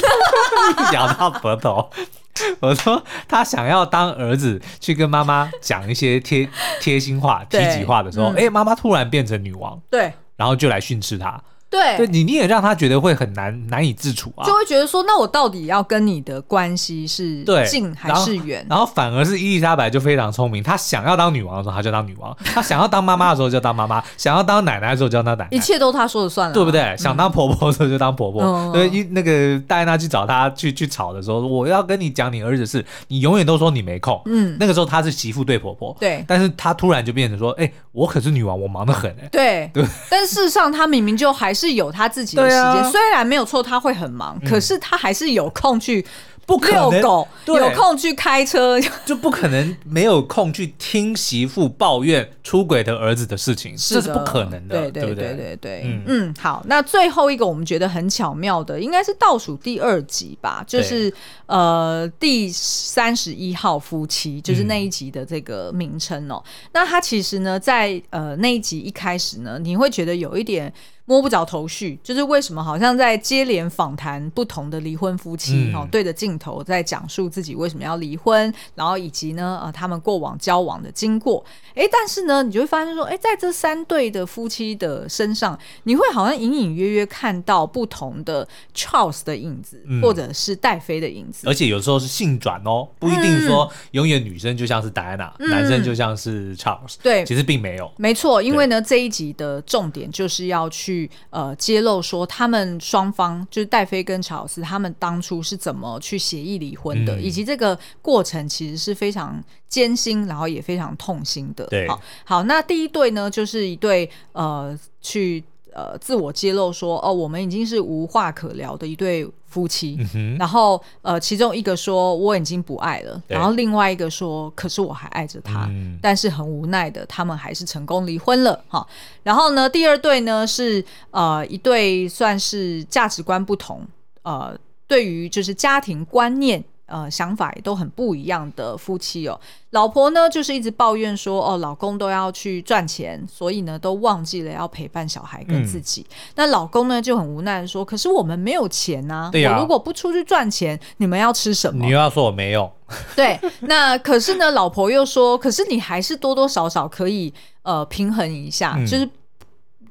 Speaker 1: 咬到舌头。 我说他想要当儿子，去跟妈妈讲一些贴贴心话、提
Speaker 2: 对
Speaker 1: 己话的时候，
Speaker 2: 嗯
Speaker 1: 哎、妈妈突然变成女王，
Speaker 2: 对
Speaker 1: 然后就来训斥他。
Speaker 2: 对
Speaker 1: 对你，你也让他觉得会很难难以自处啊
Speaker 2: 就。会觉得说，那我到底要跟你的关系是
Speaker 1: 对，
Speaker 2: 近还
Speaker 1: 然后
Speaker 2: 是远？
Speaker 1: 然后反而是伊丽莎白就非常聪明，她想要当女王的时候，她就当女王；她想要当妈妈的时候就当妈妈；想要当奶奶的时候就当奶奶。
Speaker 2: 一切都他说了算了，
Speaker 1: 哎
Speaker 2: 啊
Speaker 1: 对不？对？想当婆婆的时候就当婆婆，
Speaker 2: 嗯
Speaker 1: 对，一那个戴安娜去找他去去吵的时候，我要跟你讲你儿子的事，你永远都说你没空。
Speaker 2: 嗯，
Speaker 1: 那个时候她是媳妇对婆婆，
Speaker 2: 对
Speaker 1: 但是她突然就变成说，哎、我可是女王，我忙得很、哎，
Speaker 2: 对
Speaker 1: 对。
Speaker 2: 但事实上，他明明就还是有他自己的时
Speaker 1: 对
Speaker 2: 间，
Speaker 1: 啊嗯
Speaker 2: 虽然没有错，他会很忙，可是他还是有空去
Speaker 1: 不可能
Speaker 2: 遛狗，
Speaker 1: 对
Speaker 2: 有空去开车。
Speaker 1: 就不可能没有空去听媳妇抱怨出轨的儿子的事情，这
Speaker 2: 的
Speaker 1: 是不可能的，
Speaker 2: 对对
Speaker 1: 不
Speaker 2: 对对对
Speaker 1: 嗯
Speaker 2: 嗯好，那最后一个我们觉得很巧妙的，应该是倒数第二集吧，就是呃第三十一号夫妻，就是
Speaker 1: 嗯
Speaker 2: 那一集的这个名称哦。那它其实呢，在呃那一集一开始呢，你会觉得有一点。摸不着头绪，就是为什么好像在接连访谈不同的离婚夫妻
Speaker 1: 嗯
Speaker 2: 哦，对着镜头在讲述自己为什么要离婚，然后以及呢呃他们过往交往的经过。诶，但是呢，你就会发现说，诶，在这三对的夫妻的身上，你会好像隐隐约约看到不同的 Charles 的影子，
Speaker 1: 嗯
Speaker 2: 或者是戴妃的影子。
Speaker 1: 而且有时候是性转哦，不一定
Speaker 2: 嗯
Speaker 1: 说永远女生就像是戴安娜，男生就像是 Charles，
Speaker 2: 对
Speaker 1: 其实并没有。
Speaker 2: 没错，因为呢这一集的重点就是要去呃揭露说他们双方就是戴妃跟查尔斯他们当初是怎么去协议离婚的，
Speaker 1: 嗯
Speaker 2: 以及这个过程其实是非常艰辛，然后也非常痛心的。
Speaker 1: 对
Speaker 2: 好，好，那第一对呢就是一对呃去。呃自我揭露说，哦，我们已经是无话可聊的一对夫妻。
Speaker 1: 嗯
Speaker 2: 然后呃，其中一个说我已经不爱了，
Speaker 1: 对
Speaker 2: 然后另外一个说，可是我还爱着他。
Speaker 1: 嗯
Speaker 2: 但是很无奈的，他们还是成功离婚了哈。然后呢，第二对呢是呃一对算是价值观不同，呃，对于就是家庭观念。呃，想法也都很不一样的夫妻哦。老婆呢，就是一直抱怨说，哦，老公都要去赚钱，所以呢，都忘记了要陪伴小孩跟
Speaker 1: 嗯
Speaker 2: 自己。那老公呢，就很无奈的说，可是我们没有钱呐、
Speaker 1: 对呀
Speaker 2: 我如果不出去赚钱，你们要吃什
Speaker 1: 嗯
Speaker 2: 么
Speaker 1: 你？又要说我没用，
Speaker 2: 对，那可是呢，老婆又说，可是你还是多多少少可以呃平衡一下，
Speaker 1: 嗯
Speaker 2: 就是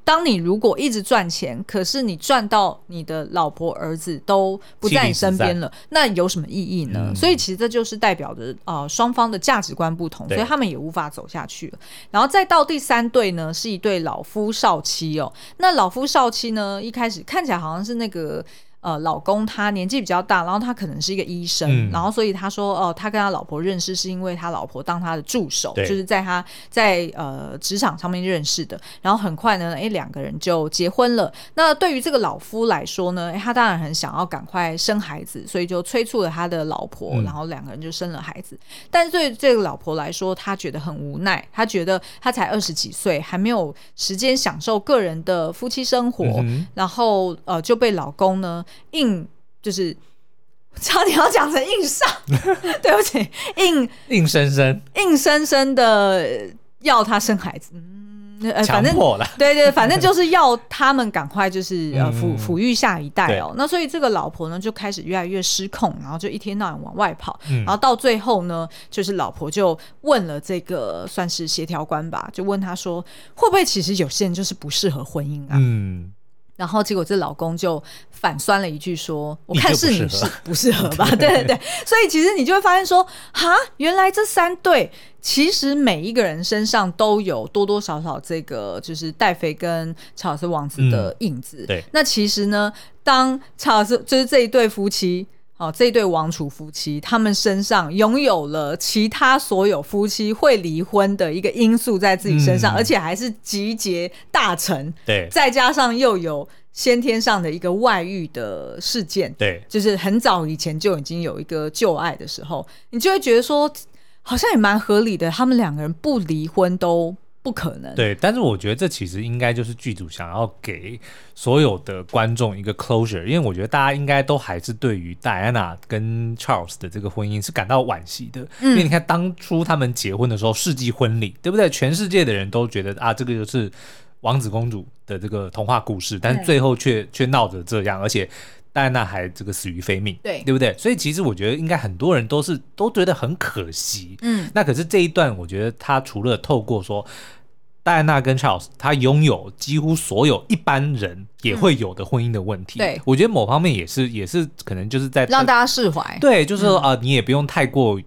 Speaker 2: 当你如果一直赚钱，可是你赚到你的老婆儿子都不在你身边了，那有什么意义呢？
Speaker 1: 嗯
Speaker 2: 所以其实这就是代表着呃双方的价值观不同，
Speaker 1: 对
Speaker 2: 所以他们也无法走下去了。然后再到第三对呢，是一对老夫少妻哦。那老夫少妻呢，一开始看起来好像是那个。呃，老公他年纪比较大，然后他可能是一个医生，
Speaker 1: 嗯
Speaker 2: 然后所以他说，哦、他跟他老婆认识是因为他老婆当他的助手，
Speaker 1: 对
Speaker 2: 就是在他在呃职场上面认识的。然后很快呢，哎，两个人就结婚了。那对于这个老夫来说呢，诶他当然很想要赶快生孩子，所以就催促了他的老婆，
Speaker 1: 嗯
Speaker 2: 然后两个人就生了孩子。但是对这个老婆来说，她觉得很无奈，她觉得她才二十几岁，还没有时间享受个人的夫妻生活，
Speaker 1: 嗯
Speaker 2: 然后呃就被老公呢硬就是。 差点要讲成硬上， 对不起，硬
Speaker 1: 哼硬生生
Speaker 2: 硬生生的要她生孩子，嗯，呃、
Speaker 1: 强
Speaker 2: 反正
Speaker 1: 迫 了，
Speaker 2: 对对，反正就是要他们赶快就是呃抚
Speaker 1: 嗯
Speaker 2: 抚育下一代哦。那所以这个老婆呢就开始越来越失控，然后就一天到晚往外跑，
Speaker 1: 嗯
Speaker 2: 然后到最后呢，就是老婆就问了这个算是协调官吧，就问他说会不会其实有些人就是不适合婚姻啊？
Speaker 1: 嗯，
Speaker 2: 然后结果这老公就反酸了一句说：“我
Speaker 1: 你就
Speaker 2: 看是你
Speaker 1: 不适
Speaker 2: 是
Speaker 1: 合
Speaker 2: 不适合吧？”对对对，所以其实你就会发现说，哈，原来这三对其实每一个人身上都有多多少少这个就是戴妃跟查尔斯王子的影子。
Speaker 1: 嗯对
Speaker 2: 那其实呢，当查尔斯就是这一对夫妻。哦，这一对王储夫妻，他们身上拥有了其他所有夫妻会离婚的一个因素在自己身上，
Speaker 1: 嗯
Speaker 2: 而且还是集结大成，
Speaker 1: 对
Speaker 2: 再加上又有先天上的一个外遇的事件，
Speaker 1: 对，
Speaker 2: 就是很早以前就已经有一个旧爱的时候，你就会觉得说，好像也蛮合理的，他们两个人不离婚都不可能。
Speaker 1: 对，但是我觉得这其实应该就是剧组想要给所有的观众一个 closure，因为我觉得大家应该都还是对于戴安娜跟 Charles 的这个婚姻是感到惋惜的，因为你看当初他们结婚的时候世纪婚礼，对不对？全世界的人都觉得啊，这个就是王子公主的这个童话故事，但是
Speaker 2: 对
Speaker 1: 最后却却闹着这样，而且。戴安娜还这个死于非命，
Speaker 2: 对
Speaker 1: 对不对？所以其实我觉得应该很多人都是都觉得很可惜，
Speaker 2: 嗯，
Speaker 1: 那可是这一段，我觉得他除了透过说戴安娜跟 Charles，他拥有几乎所有一般人也会有的婚姻的问题。
Speaker 2: 嗯对
Speaker 1: 我觉得某方面也是，也是可能就是在
Speaker 2: 让大家嗯释怀。
Speaker 1: 对，就是说啊、你也不用太过。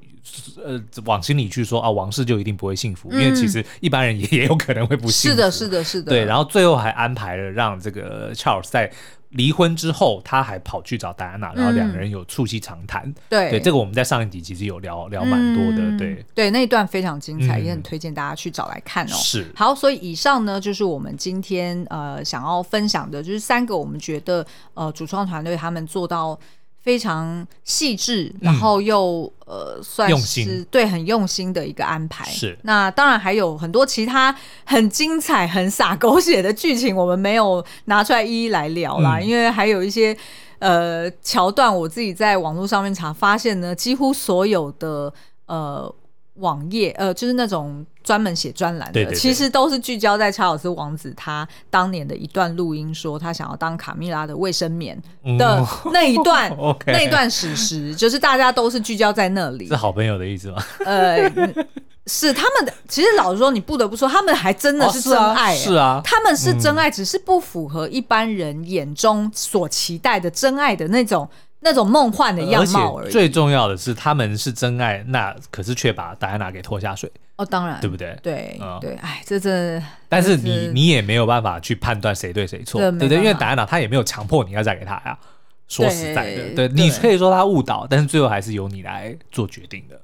Speaker 1: 呃，往心里去说啊，王室就一定不会幸福，因为
Speaker 2: 嗯
Speaker 1: 其实一般人也也有可能会不幸
Speaker 2: 是
Speaker 1: 福。
Speaker 2: 的，是的，是的。
Speaker 1: 对，然后最后还安排了让这个 Charles 在离婚之后，他还跑去找戴安娜，然后两个人有促膝长谈。
Speaker 2: 嗯对
Speaker 1: 对，这个我们在上一集其实有聊聊蛮多的，
Speaker 2: 嗯
Speaker 1: 对，
Speaker 2: 对，那一段非常精彩，
Speaker 1: 嗯
Speaker 2: 也很推荐大家去找来看哦。
Speaker 1: 是
Speaker 2: 好，所以以上呢，就是我们今天呃想要分享的，就是三个我们觉得呃主创团队他们做到非常细致，然后又、呃算
Speaker 1: 用
Speaker 2: 是
Speaker 1: 心
Speaker 2: 对很用心的一个安排。
Speaker 1: 是
Speaker 2: 那当然还有很多其他很精彩、很洒狗血的剧情，我们没有拿出来一一来聊啦，
Speaker 1: 嗯
Speaker 2: 因为还有一些。呃，桥段我自己在网络上面查，发现呢，几乎所有的呃网页，呃，就是那种专门写专栏的，
Speaker 1: 对对对
Speaker 2: 其实都是聚焦在查尔斯王子他当年的一段录音，说他想要当卡蜜拉的卫生棉的
Speaker 1: 嗯
Speaker 2: 那一 段。
Speaker 1: OK，
Speaker 2: 那一段史实，就是大家都是聚焦在那 里
Speaker 1: 是。好朋友的意思吗？
Speaker 2: 呃，是他们的。其实老实说，你不得不说，他们还真的
Speaker 1: 哦
Speaker 2: 是
Speaker 1: 啊
Speaker 2: 真爱、
Speaker 1: 是啊，
Speaker 2: 他们是真爱，只是不符合一般人眼中所期待的真爱的那种那种梦幻的样
Speaker 1: 而
Speaker 2: 貌而
Speaker 1: 且
Speaker 2: 已。
Speaker 1: 最重要的是，他们是真爱，那可是却把戴安娜给拖下水，
Speaker 2: 哦，当然，
Speaker 1: 对不对？
Speaker 2: 对
Speaker 1: 嗯
Speaker 2: 对，哎，这真的
Speaker 1: 但是
Speaker 2: 但
Speaker 1: 你
Speaker 2: 是
Speaker 1: 你也没有办法去判断谁对谁错，
Speaker 2: 对
Speaker 1: 对
Speaker 2: 没
Speaker 1: 不对？因为
Speaker 2: 办法
Speaker 1: 戴安娜她也没有强迫你要嫁给他呀。说实在的，
Speaker 2: 对
Speaker 1: 对你
Speaker 2: 对
Speaker 1: 可以说她误导，但是最后还是由你来做决定的。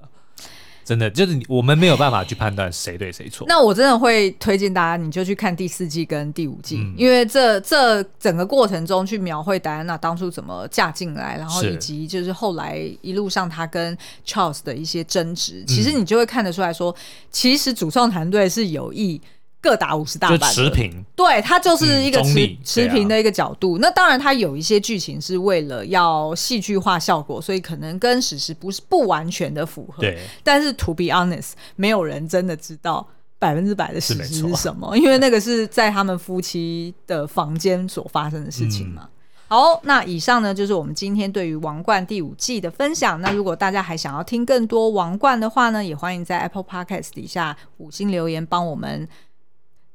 Speaker 1: 真的就是你我们没有办法去判断谁对谁错。
Speaker 2: 那我真的会推荐大家，你就去看第四季跟第五季，
Speaker 1: 嗯
Speaker 2: 因为这这整个过程中去描绘戴安娜当初怎么嫁进来，然后
Speaker 1: 是
Speaker 2: 以及就是后来一路上她跟 Charles 的一些争
Speaker 1: 嗯
Speaker 2: 执，其实你就会看得出来说，其实主创团队是有意各打五十大
Speaker 1: 就
Speaker 2: 板的，
Speaker 1: 持平，
Speaker 2: 对，它就是一个
Speaker 1: 嗯中
Speaker 2: 持
Speaker 1: 立
Speaker 2: 持
Speaker 1: 对啊
Speaker 2: 平的一个角度。那当然，它有一些剧情是为了要戏剧化效果，所以可能跟史实不是不完全的符合。
Speaker 1: 对，
Speaker 2: 但是 to be honest，没有人真的知道百分之百的史实
Speaker 1: 是没
Speaker 2: 是
Speaker 1: 错
Speaker 2: 什么， 因为那个是在他们夫妻的房间所发生的事情
Speaker 1: 嗯
Speaker 2: 嘛。好，那以上呢就是我们今天对于《王冠》第五季的分享。那如果大家还想要听更多《王冠》的话呢，也欢迎在 Apple Podcast 底下五星留言帮我们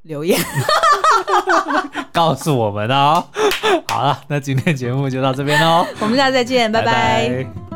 Speaker 2: 留言。
Speaker 1: 告诉我们哦。好了，那今天节目就到这边喽，
Speaker 2: 我们下次再见，拜拜
Speaker 1: 拜